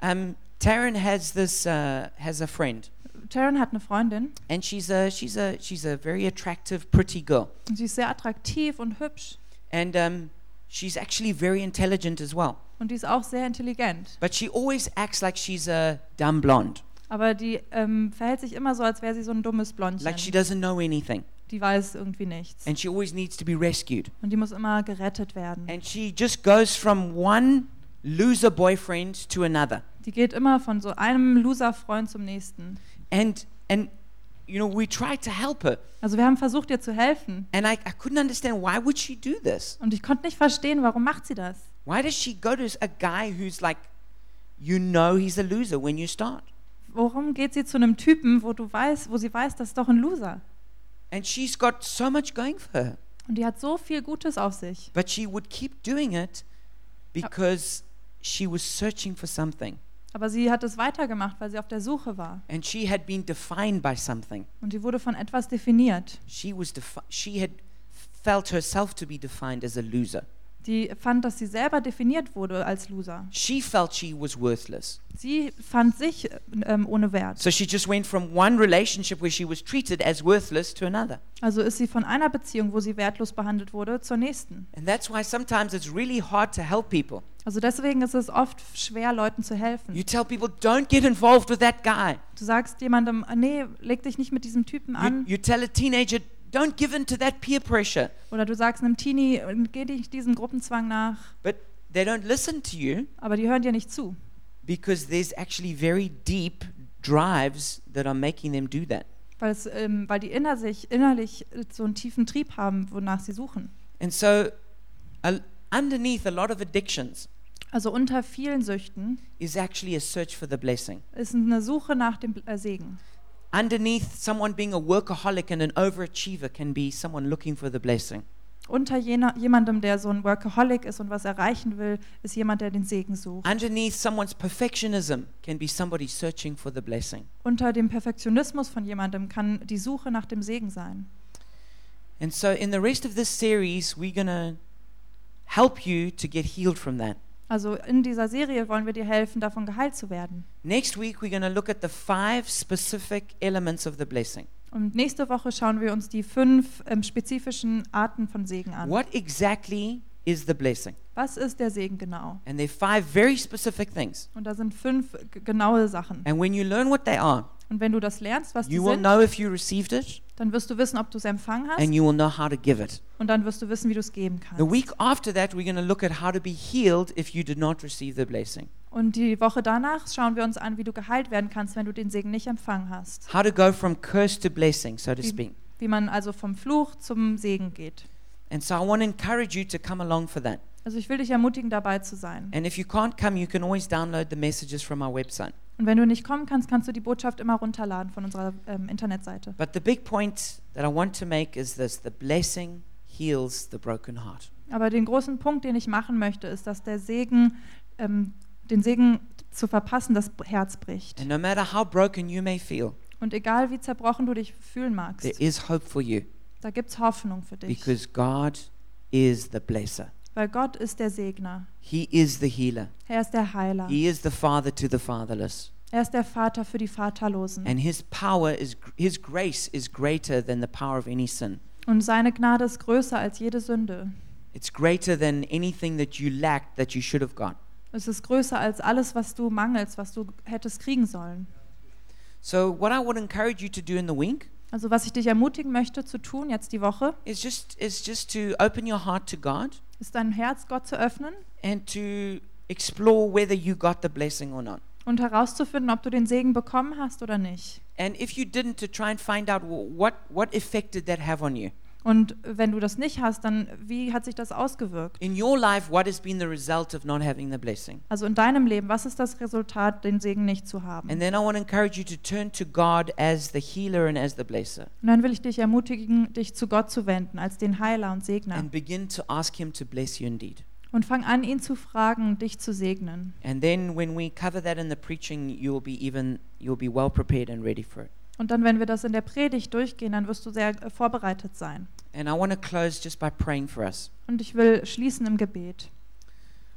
[SPEAKER 1] Um, Taryn has this uh, has a friend,
[SPEAKER 2] Taryn hat eine Freundin
[SPEAKER 1] and she's a she's a she's a very attractive, pretty girl,
[SPEAKER 2] und sie ist sehr attraktiv und hübsch
[SPEAKER 1] and um, she's actually very intelligent as well.
[SPEAKER 2] und die ist auch sehr intelligent.
[SPEAKER 1] But she always acts like she's a dumb blonde,
[SPEAKER 2] Aber die ähm, verhält sich immer so, als wäre sie so ein dummes
[SPEAKER 1] like she
[SPEAKER 2] Blondchen.
[SPEAKER 1] doesn't know anything.
[SPEAKER 2] Die weiß irgendwie nichts.
[SPEAKER 1] and she always needs to be rescued.
[SPEAKER 2] Und die muss immer gerettet werden.
[SPEAKER 1] And she just goes from one loser boyfriend to another.
[SPEAKER 2] Die geht immer von so einem Loser-Freund zum nächsten.
[SPEAKER 1] And and you know, we tried to help her.
[SPEAKER 2] Also wir haben versucht, ihr zu helfen.
[SPEAKER 1] And I, I couldn't understand why would she do this?
[SPEAKER 2] Und ich konnte nicht verstehen, warum macht sie das?
[SPEAKER 1] Why does she go to a guy who's like you know he's a loser when you start?
[SPEAKER 2] Warum geht sie zu einem Typen, wo du weißt, wo sie weiß, das ist doch ein Loser?
[SPEAKER 1] And she's got so much going for her.
[SPEAKER 2] Und die hat so viel Gutes auf sich.
[SPEAKER 1] But she would keep doing it because she was searching for something.
[SPEAKER 2] Aber sie hat es weitergemacht, weil sie auf der Suche war.
[SPEAKER 1] And she had been defined by something.
[SPEAKER 2] Und sie wurde von etwas definiert.
[SPEAKER 1] She was defi- she had felt herself to be defined as a loser.
[SPEAKER 2] Die fand, dass sie selber definiert wurde als Loser.
[SPEAKER 1] She felt she was worthless.
[SPEAKER 2] Sie fand sich ähm, ohne Wert.
[SPEAKER 1] So she just went from one relationship where she was treated as worthless to another.
[SPEAKER 2] Also ist sie von einer Beziehung, wo sie wertlos behandelt wurde, zur nächsten.
[SPEAKER 1] And that's why sometimes it's really hard to help people.
[SPEAKER 2] Also deswegen ist es oft schwer, Leuten zu helfen.
[SPEAKER 1] You tell people, don't get involved with that guy.
[SPEAKER 2] Du sagst jemandem, "Ah, nee, leg dich nicht mit diesem Typen
[SPEAKER 1] You,
[SPEAKER 2] an.
[SPEAKER 1] you tell a teenager, don't give in to that peer pressure.
[SPEAKER 2] Oder du sagst einem Teenie, geh dich diesem Gruppenzwang nach.
[SPEAKER 1] But they don't listen to you
[SPEAKER 2] Aber die hören dir nicht zu,
[SPEAKER 1] because there's actually very deep drives that are making them do that.
[SPEAKER 2] weil, es, ähm, weil die innerlich, innerlich so einen tiefen Trieb haben, wonach sie suchen.
[SPEAKER 1] And so, a, underneath a lot of addictions
[SPEAKER 2] Also unter vielen Süchten
[SPEAKER 1] is actually a search for the blessing.
[SPEAKER 2] ist eine Suche nach dem äh, Segen.
[SPEAKER 1] Underneath someone being a workaholic and an overachiever can be someone looking for the blessing.
[SPEAKER 2] Unter jener, jemandem, der so ein Workaholic ist und was erreichen will, ist jemand, der den Segen sucht.
[SPEAKER 1] Underneath someone's perfectionism can be somebody searching for the blessing.
[SPEAKER 2] Unter dem Perfektionismus von jemandem kann die Suche nach dem Segen sein.
[SPEAKER 1] And so, in the rest of this series, we're going to help you to get healed from that.
[SPEAKER 2] Also in dieser Serie wollen wir dir helfen, davon geheilt zu werden.
[SPEAKER 1] Next week, we're going to look at the five specific elements of the blessing.
[SPEAKER 2] Und nächste Woche schauen wir uns die fünf ähm, spezifischen Arten von Segen an.
[SPEAKER 1] What exactly is the blessing?
[SPEAKER 2] Was ist der Segen genau?
[SPEAKER 1] And there are five very specific things.
[SPEAKER 2] Und da sind fünf g- genaue Sachen.
[SPEAKER 1] And when you learn what they are,
[SPEAKER 2] Und wenn du das lernst, was die
[SPEAKER 1] you will
[SPEAKER 2] sind,
[SPEAKER 1] know if you received it
[SPEAKER 2] dann wirst du wissen, ob du es empfangen hast.
[SPEAKER 1] and you will know how to give it.
[SPEAKER 2] Und dann wirst du wissen, wie du es geben kannst.
[SPEAKER 1] The week after that, we're going to look at how to be healed if you did not receive the blessing,
[SPEAKER 2] Und die Woche danach schauen wir uns an, wie du geheilt werden kannst, wenn du den Segen nicht empfangen hast.
[SPEAKER 1] how to go from curse to blessing, so to
[SPEAKER 2] Wie-
[SPEAKER 1] speak.
[SPEAKER 2] Wie man also vom Fluch zum Segen geht.
[SPEAKER 1] And so I want to encourage you to come along for that.
[SPEAKER 2] Also ich will dich ermutigen, dabei zu sein.
[SPEAKER 1] And if you can't come, you can always download the messages from our website.
[SPEAKER 2] Und wenn du nicht kommen kannst, kannst du die Botschaft immer runterladen von unserer ähm, Internetseite.
[SPEAKER 1] But the big point that I want to make is this the blessing heals the broken heart.
[SPEAKER 2] Aber den großen Punkt, den ich machen möchte, ist, dass der Segen, ähm, den Segen zu verpassen, das Herz bricht.
[SPEAKER 1] And no matter how broken you may feel,
[SPEAKER 2] Und egal wie zerbrochen du dich fühlen
[SPEAKER 1] there
[SPEAKER 2] magst,
[SPEAKER 1] is hope for you
[SPEAKER 2] da gibt es Hoffnung für dich.
[SPEAKER 1] because God is the blesser.
[SPEAKER 2] Weil Gott ist der Segner.
[SPEAKER 1] He is the healer.
[SPEAKER 2] Er ist der Heiler.
[SPEAKER 1] He is the father to the fatherless.
[SPEAKER 2] Er ist der Vater für die Vaterlosen.
[SPEAKER 1] And his power is gr- his grace is greater than the power of any sin.
[SPEAKER 2] Und seine Gnade ist größer als jede Sünde.
[SPEAKER 1] It's greater than anything that you lacked that you should have got.
[SPEAKER 2] Es ist größer als alles, was du mangelst, was du hättest kriegen sollen.
[SPEAKER 1] So what I would encourage you to do in the week
[SPEAKER 2] Also was ich dich ermutigen möchte zu tun jetzt die Woche,
[SPEAKER 1] is just is just to open your heart to God
[SPEAKER 2] ist dein Herz Gott zu öffnen
[SPEAKER 1] and to explore whether you got the blessing or not.
[SPEAKER 2] und herauszufinden, ob du den Segen bekommen hast oder nicht.
[SPEAKER 1] And if you didn't, to try and find out wh- what what effect did that have on you
[SPEAKER 2] Und wenn du das nicht hast, dann wie hat sich das ausgewirkt?
[SPEAKER 1] in your life? What has been the result of not having the blessing?
[SPEAKER 2] Also in deinem Leben, was ist das Resultat, den Segen nicht zu haben?
[SPEAKER 1] And then I want to encourage you to turn to God as the healer and as the blesser,
[SPEAKER 2] Und dann will ich dich ermutigen, dich zu Gott zu wenden, als den Heiler und Segner.
[SPEAKER 1] and begin to ask Him to bless you indeed.
[SPEAKER 2] Und fang an, ihn zu fragen, dich zu segnen.
[SPEAKER 1] And then when we cover that in the preaching, you'll be even you'll be well prepared and ready for it.
[SPEAKER 2] Und dann, wenn wir das in der Predigt durchgehen, dann wirst du sehr äh, vorbereitet sein.
[SPEAKER 1] And I want to close just by praying for us.
[SPEAKER 2] Und ich will schließen im Gebet.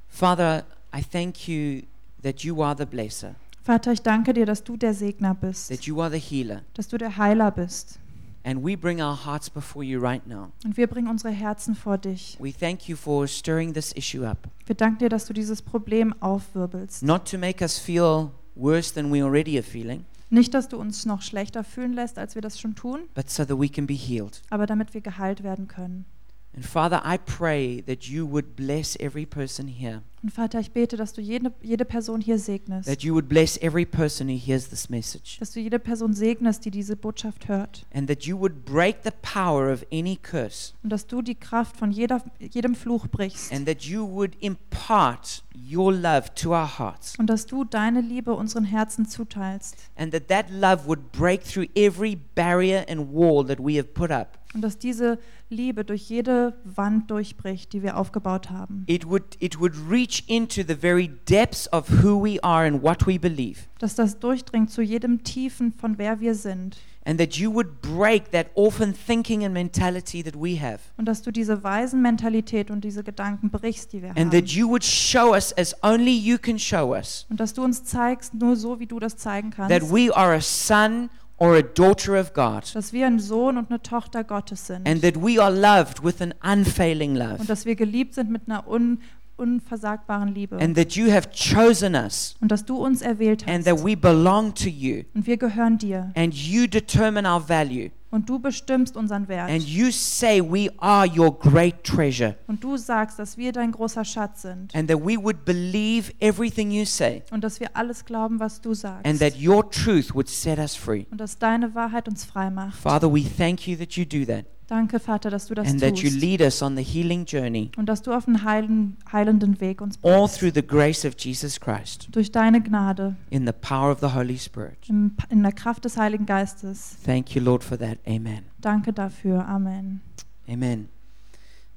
[SPEAKER 1] Father, I thank you that you are the blesser,
[SPEAKER 2] Vater, ich danke dir, dass du der Segner bist,
[SPEAKER 1] that you are the healer,
[SPEAKER 2] dass du der Heiler bist.
[SPEAKER 1] and we bring our hearts before you right now.
[SPEAKER 2] Und wir bringen unsere Herzen vor dich.
[SPEAKER 1] We thank you for stirring this issue up,
[SPEAKER 2] Wir danken dir, dass du dieses Problem aufwirbelst.
[SPEAKER 1] not to make us feel worse than we already are feeling,
[SPEAKER 2] Nicht, dass du uns noch schlechter fühlen lässt, als wir das schon tun,
[SPEAKER 1] but so that we can be healed.
[SPEAKER 2] aber damit wir geheilt werden können.
[SPEAKER 1] And Father, I pray that you would bless every person here,
[SPEAKER 2] Und Vater, ich bete, dass du jede, jede Person hier segnest.
[SPEAKER 1] that you would bless every person who hears this message,
[SPEAKER 2] Dass du jede Person segnest, die diese Botschaft hört.
[SPEAKER 1] and that you would break the power of any curse,
[SPEAKER 2] Und dass du die Kraft von jeder, jedem Fluch brichst.
[SPEAKER 1] and that you would impart your love to our hearts.
[SPEAKER 2] Und dass du deine Liebe unseren Herzen zuteilst.
[SPEAKER 1] and that that love would break through every barrier and wall that we have put up.
[SPEAKER 2] Und dass diese Liebe durch jede Wand durchbricht, die wir aufgebaut haben.
[SPEAKER 1] It would it would reach into the very depths of who we are and what we believe,
[SPEAKER 2] Dass das durchdringt zu jedem Tiefen von wer wir sind.
[SPEAKER 1] and that you would break that orphan thinking and mentality that we have,
[SPEAKER 2] Und dass du diese Waisenmentalität und diese Gedanken brichst, die wir
[SPEAKER 1] and
[SPEAKER 2] haben.
[SPEAKER 1] that you would show us as only you can show us
[SPEAKER 2] Und dass du uns zeigst, nur so, wie du das zeigen
[SPEAKER 1] that
[SPEAKER 2] kannst,
[SPEAKER 1] we are a son or a daughter of God,
[SPEAKER 2] dass wir ein Sohn und eine Tochter Gottes sind.
[SPEAKER 1] and that we are loved with an unfailing
[SPEAKER 2] Und
[SPEAKER 1] love,
[SPEAKER 2] dass wir geliebt sind mit einer un unversagbaren Liebe.
[SPEAKER 1] and that you have chosen us,
[SPEAKER 2] Und dass du uns erwählt
[SPEAKER 1] and
[SPEAKER 2] hast.
[SPEAKER 1] that we belong to you,
[SPEAKER 2] Und wir gehören dir.
[SPEAKER 1] and you determine our value.
[SPEAKER 2] Und du bestimmst unseren
[SPEAKER 1] And
[SPEAKER 2] Wert.
[SPEAKER 1] you say, We are your great treasure.
[SPEAKER 2] Und du sagst, dass wir dein großer Schatz sind.
[SPEAKER 1] And that we would believe everything you say.
[SPEAKER 2] Und dass wir alles glauben, was du
[SPEAKER 1] And that
[SPEAKER 2] sagst.
[SPEAKER 1] your truth would set us free.
[SPEAKER 2] Und dass deine Wahrheit uns frei macht.
[SPEAKER 1] Father, we thank you that you do that.
[SPEAKER 2] Danke, Vater, dass du das
[SPEAKER 1] And that you
[SPEAKER 2] tust.
[SPEAKER 1] lead us on the healing journey.
[SPEAKER 2] Und dass du auf den heilen, heilenden Weg uns
[SPEAKER 1] All
[SPEAKER 2] bringst.
[SPEAKER 1] through the grace of Jesus Christ.
[SPEAKER 2] Durch deine Gnade.
[SPEAKER 1] In the power of the Holy Spirit.
[SPEAKER 2] Im, in der Kraft des Heiligen Geistes.
[SPEAKER 1] Thank you, Lord, for that. Amen.
[SPEAKER 2] Danke dafür. Amen.
[SPEAKER 1] Amen.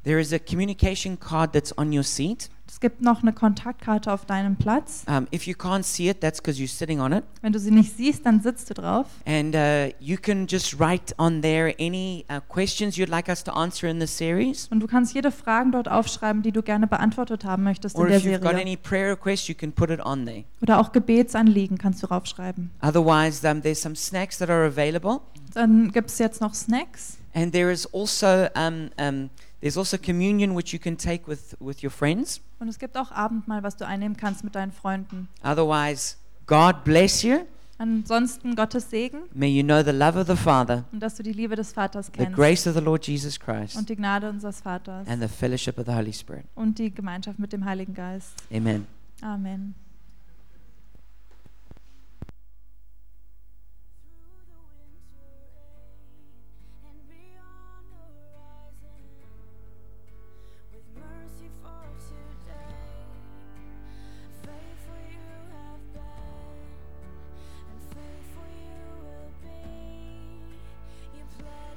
[SPEAKER 1] There is a communication card that's on your seat.
[SPEAKER 2] Es gibt noch eine Kontaktkarte auf deinem Platz.
[SPEAKER 1] Um, if you can't see it, that's because you're sitting on it.
[SPEAKER 2] Wenn du sie nicht siehst, dann sitzt du drauf.
[SPEAKER 1] And uh, you can just write on there any uh, questions you'd like us to answer in the series.
[SPEAKER 2] Und du kannst jede Frage dort aufschreiben, die du gerne beantwortet haben möchtest in
[SPEAKER 1] Or
[SPEAKER 2] der
[SPEAKER 1] if you've got
[SPEAKER 2] Serie.
[SPEAKER 1] any prayer requests, you can put it on there.
[SPEAKER 2] Oder auch Gebetsanliegen kannst du draufschreiben.
[SPEAKER 1] Otherwise, um, there's some snacks that are available.
[SPEAKER 2] Dann gibt es jetzt noch Snacks.
[SPEAKER 1] And there is also, um, um, there's also communion which you can take with, with your friends.
[SPEAKER 2] Und es gibt auch Abendmahl, was du einnehmen kannst mit deinen Freunden.
[SPEAKER 1] Otherwise, God bless you.
[SPEAKER 2] Ansonsten Gottes Segen
[SPEAKER 1] May you know the love of the Father,
[SPEAKER 2] und dass du die Liebe des Vaters
[SPEAKER 1] the
[SPEAKER 2] kennst
[SPEAKER 1] grace of the Lord Jesus Christ,
[SPEAKER 2] und die Gnade unseres Vaters
[SPEAKER 1] and the fellowship of the Holy Spirit.
[SPEAKER 2] und die Gemeinschaft mit dem Heiligen Geist.
[SPEAKER 1] Amen.
[SPEAKER 2] Amen.